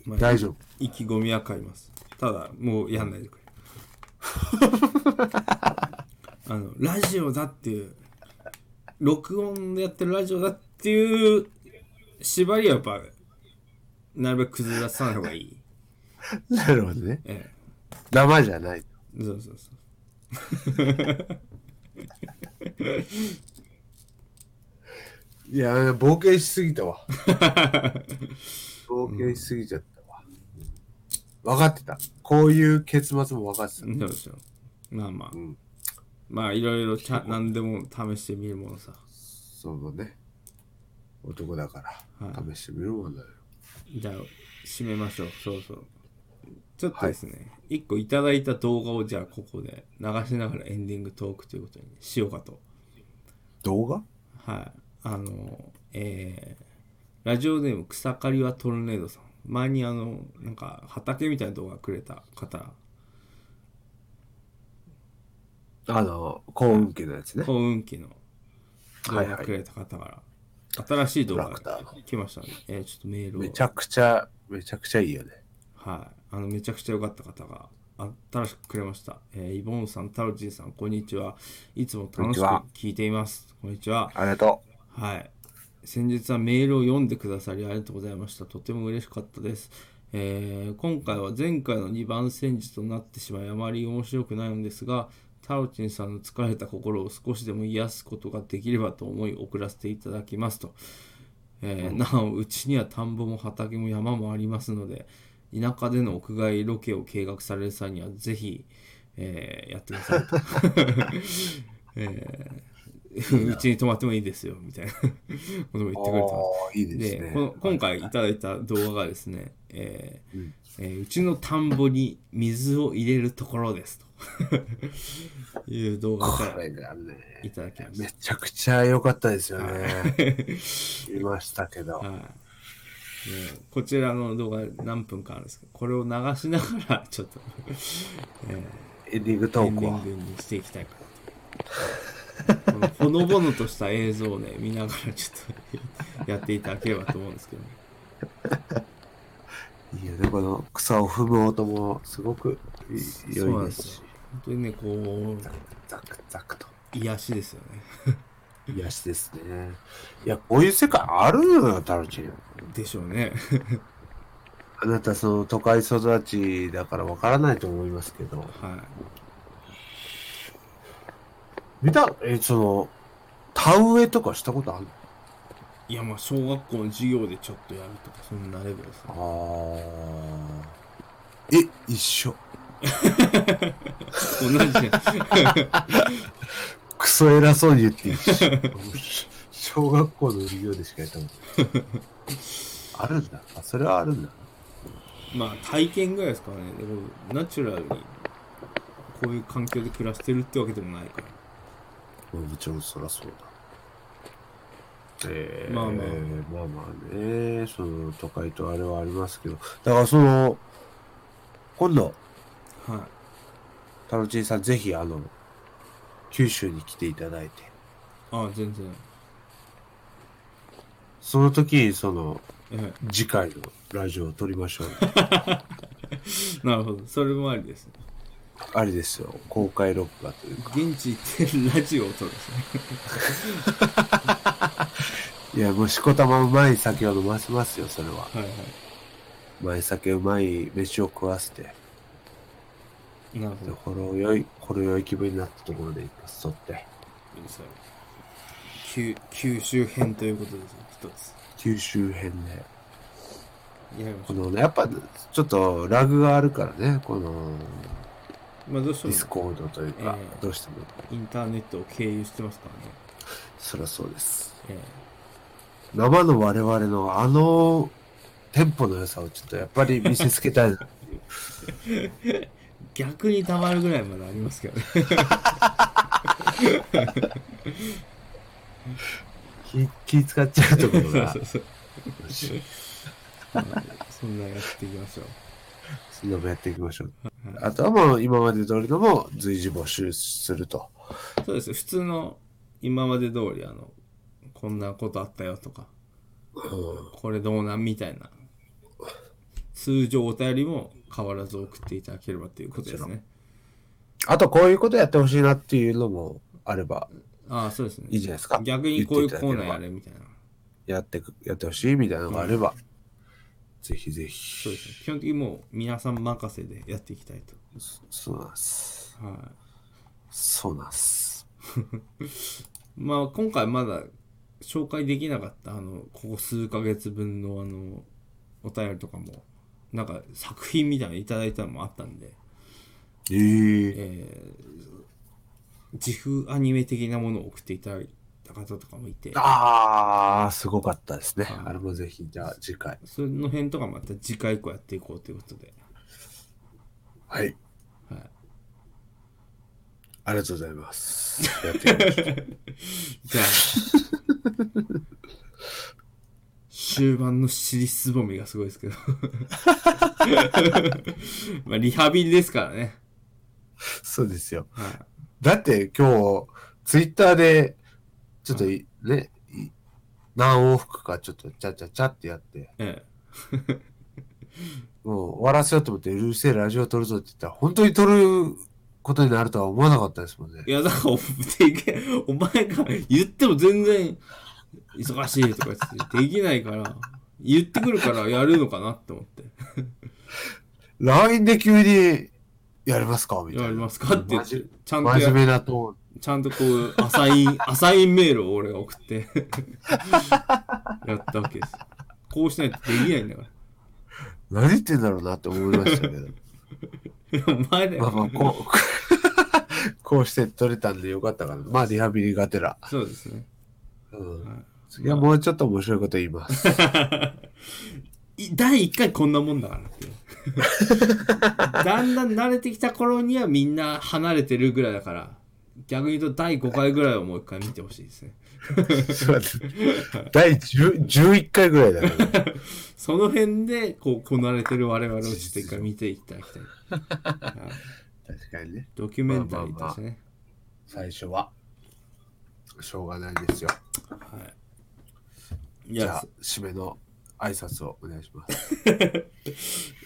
Speaker 2: まあ
Speaker 1: 大丈夫。
Speaker 2: 意気込みは買いますただもうやんないでくれ あのラジオだっていう録音でやってるラジオだっていう縛りはやっぱなるべく崩らさない方がいい、
Speaker 1: なるほどね。
Speaker 2: え
Speaker 1: 生じゃない。
Speaker 2: え、そうそうそう
Speaker 1: いや、冒険しすぎたわ。 冒険しすぎちゃったわ。分かってた。こういう結末も分かってた。
Speaker 2: そうそうまあまあ、
Speaker 1: ん
Speaker 2: まあいろいろちゃ何でも試してみるものさ
Speaker 1: そのね、男だから、
Speaker 2: はい
Speaker 1: 試してみるもんだよ。
Speaker 2: じゃあ締めましょうそうそうちょっとですね、一個いただいた動画をじゃあここで流しながらエンディングトークということにしようかと
Speaker 1: 動画
Speaker 2: はいあのえー、ラジオネーム草刈りはトルネードさん前にあのなんか畑みたいな動画くれた方
Speaker 1: あの、幸運家のやつね。
Speaker 2: 幸運期の動
Speaker 1: はい
Speaker 2: 画
Speaker 1: はい
Speaker 2: くれた方から、新しい動
Speaker 1: ト
Speaker 2: 画
Speaker 1: ラ
Speaker 2: が
Speaker 1: クターの。
Speaker 2: 来ましたね。えーちょっとメールを。
Speaker 1: めちゃくちゃ、めちゃくちゃいいよね。
Speaker 2: はい、あのめちゃくちゃ良かった方が新しくくれました、えーイボンヌさん、タロチンさん、こんにちは。いつも楽しく聞いています。こんにちは。
Speaker 1: ありがとう。
Speaker 2: はい。先日はメールを読んでくださりありがとうございました。とても嬉しかったです。えー今回は前回の2番戦時となってしまいあまり面白くないのですが、タロチンさんの疲れた心を少しでも癒すことができればと思い送らせていただきますと。えーなお、うちには田んぼも畑も山もありますので、田舎での屋外ロケを計画される際にはぜひ、えーやってくだ さいと。えーうちに泊まってもいいですよ、みたいな ことも言ってくれてます。
Speaker 1: あーいいです
Speaker 2: で
Speaker 1: ね。
Speaker 2: この今回いただいた動画がですね、えー
Speaker 1: うん
Speaker 2: えーうちの田んぼに水を入れるところですと いう動画か
Speaker 1: こ
Speaker 2: ら
Speaker 1: れがね、
Speaker 2: いただきまし
Speaker 1: めちゃくちゃ良かったですよね。
Speaker 2: た。
Speaker 1: 見ましたけど。
Speaker 2: はいねこちらの動画何分かあるんですけど、これを流しながらちょっと
Speaker 1: エンディング
Speaker 2: エ
Speaker 1: ト
Speaker 2: ン
Speaker 1: ー
Speaker 2: デ
Speaker 1: ク
Speaker 2: ィン
Speaker 1: は
Speaker 2: グ。にしていきたいかなと。このほのぼのとした映像をね、見ながらちょっとやっていただければと思うんですけど、ね、
Speaker 1: いいよね、この草を踏む音もすごくいい
Speaker 2: そうな
Speaker 1: 良い
Speaker 2: んで
Speaker 1: ですす
Speaker 2: よ
Speaker 1: し。
Speaker 2: 本当にね、こ
Speaker 1: ザクザクザクと。
Speaker 2: う、癒しですよね。
Speaker 1: 癒しですね。いや、こういう世界あるのよ、タロチン。
Speaker 2: でしょうね。
Speaker 1: あなた、その都会育ちだからわからないと思いますけど。
Speaker 2: は
Speaker 1: 見たえ、その、田植えとかしたことある
Speaker 2: い。いや、まあ、小学校の授業でちょっとやるとか、そんなレベルですね。
Speaker 1: ああ。え、一緒。
Speaker 2: 同じね。
Speaker 1: クソ偉そうに言って一緒。小学校の授業でしかやったことない。あるんだ。あ、それはあるんだ。
Speaker 2: まあ、体験ぐらいですからね。でも、ナチュラルに、こういう環境で暮らしてるってわけでもないから。
Speaker 1: うんもちろんそらそうだ。えー、
Speaker 2: まあまあ
Speaker 1: まあまあね、その都会とあれはありますけど、だからその、今度、
Speaker 2: は
Speaker 1: タロチンさん、ぜひあの、九州に来ていただいて、
Speaker 2: い。ああ、全然。
Speaker 1: その時にその、
Speaker 2: え
Speaker 1: 次回のラジオを撮りましょう。
Speaker 2: え、なるほど。それもありですね。
Speaker 1: あれですよ、公開録画というか。
Speaker 2: 現地行ってるラジオを撮るんですね。
Speaker 1: いや、もうしこたまうまい酒を飲ませますよ、それは。
Speaker 2: はいは
Speaker 1: うまい酒、うまい飯を食わせて、
Speaker 2: い。なるほ
Speaker 1: で
Speaker 2: ど。
Speaker 1: ほろ酔い、ほろ酔い気分になったところで一発撮って、
Speaker 2: そう九九州編ということですね。一つ。
Speaker 1: 九州編で、
Speaker 2: やりまし
Speaker 1: こ
Speaker 2: ょ
Speaker 1: のね、やっぱちょっとラグがあるからね、この
Speaker 2: う。まあ、どうして
Speaker 1: ディ
Speaker 2: も
Speaker 1: スコードというか
Speaker 2: え、え
Speaker 1: どうしても、
Speaker 2: インターネットを経由してますからね。
Speaker 1: そりゃそうです。
Speaker 2: え
Speaker 1: 生の我々のあのテンポの良さをちょっとやっぱ り見せつけたいな。
Speaker 2: え逆にたまるぐらいまでありますけどね。
Speaker 1: 気気使っちゃうところが
Speaker 2: そ、うそう
Speaker 1: よし
Speaker 2: そう。そんなやっていきましょう。
Speaker 1: そんなもやっていきましょう。あとはもう今まで通りのも随時募集すると。
Speaker 2: そうです。普通の今まで通り、あの、こんなことあったよとか、これどうなんみたいな、通常お便りも変わらず送っていただければということですね。
Speaker 1: あとこういうことやってほしいなっていうのもあれば
Speaker 2: ああ、そうですね。
Speaker 1: いいじゃないですか。
Speaker 2: 逆にこういうコーナーや
Speaker 1: れ
Speaker 2: れみたいな。
Speaker 1: やってく、やってほしいみたいなのがあれば、ぜひぜひ。
Speaker 2: そうですね。基本的にもう皆さん任せでやっていきたいと。
Speaker 1: そうなんです。
Speaker 2: はい。
Speaker 1: そうなんです。
Speaker 2: まあ今回まだ紹介できなかったあのここ数ヶ月分のあのお便りとかもなんか作品みたいなのいただいたのもあったんで、
Speaker 1: ええ
Speaker 2: えー、自負アニメ的なものを送っていただいた方とかもいて
Speaker 1: ああ、すごかったですね。
Speaker 2: はい
Speaker 1: あれもぜひ、じゃあ次回。
Speaker 2: その辺とかまた次回以降やっていこうということ で、
Speaker 1: はい。
Speaker 2: はい、
Speaker 1: ありがとうございます。やって いきましょう
Speaker 2: じゃあ終盤の尻すぼみがすごいですけ どまあリハビリですからね、
Speaker 1: そうですよ。
Speaker 2: はい
Speaker 1: だって今日、ツイッターで、ちょっとい、ね、い何往復かちょっとちゃちゃちゃってやって、
Speaker 2: え
Speaker 1: もう終わらせようと思って、うるせえラジオ撮るぞって言ったら、本当に撮ることになるとは思わなかったですもんね
Speaker 2: え。。いや、だから、できお前が言っても全然、忙しいとか言って、できないから、言ってくるからやるのかなって思って。
Speaker 1: LINE で急に、やりますかみた
Speaker 2: や
Speaker 1: い
Speaker 2: り
Speaker 1: な。
Speaker 2: ますかって
Speaker 1: マジ、
Speaker 2: ちゃんと
Speaker 1: 真
Speaker 2: や
Speaker 1: 面目なト
Speaker 2: ちゃんとこう、アサイン、アサインメールを俺が送って、 やったわけです。こうしないとできないんだから。
Speaker 1: ーン。何言ってんだろうなって思いましたけ ど。
Speaker 2: いやお前だ
Speaker 1: まあ
Speaker 2: よ。
Speaker 1: まあ、こう、こう して撮れたんでよかったかな。まあ、リハビリがてら。
Speaker 2: そうですね。
Speaker 1: うん。次はもうちょっと面白いこと言います。
Speaker 2: い第1回こんなもんだからっていう だんだん慣れてきた頃にはみんな離れてるぐらいだから、逆に言うと第5回ぐらいをもう一回見てほしいですね。
Speaker 1: そうです第10 11回ぐらいだから、ね。
Speaker 2: その辺で、こう、こなれてる我々をちょっと一回見ていただきたい。
Speaker 1: 確かにね。
Speaker 2: ドキュメンタリーとしてね。
Speaker 1: 最初は。しょうがないですよ。
Speaker 2: い
Speaker 1: じゃ
Speaker 2: や
Speaker 1: あ、、締めの挨拶をお願いします。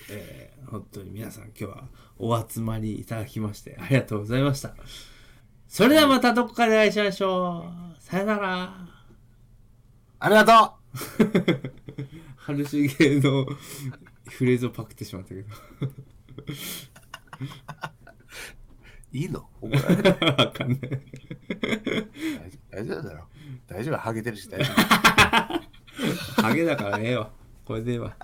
Speaker 2: えー本当に皆さん今日はお集まりいただきましてありがとうございました。それではまたどこかでお会いしましょう。さよなら。
Speaker 1: ありがとう
Speaker 2: 春重のフレーズをパクってしまったけど。
Speaker 1: いいの怒られない
Speaker 2: わかんない。
Speaker 1: 大丈夫だろ。大丈夫。ハゲてるし大丈夫。
Speaker 2: ハゲだからええわ。これでええわ。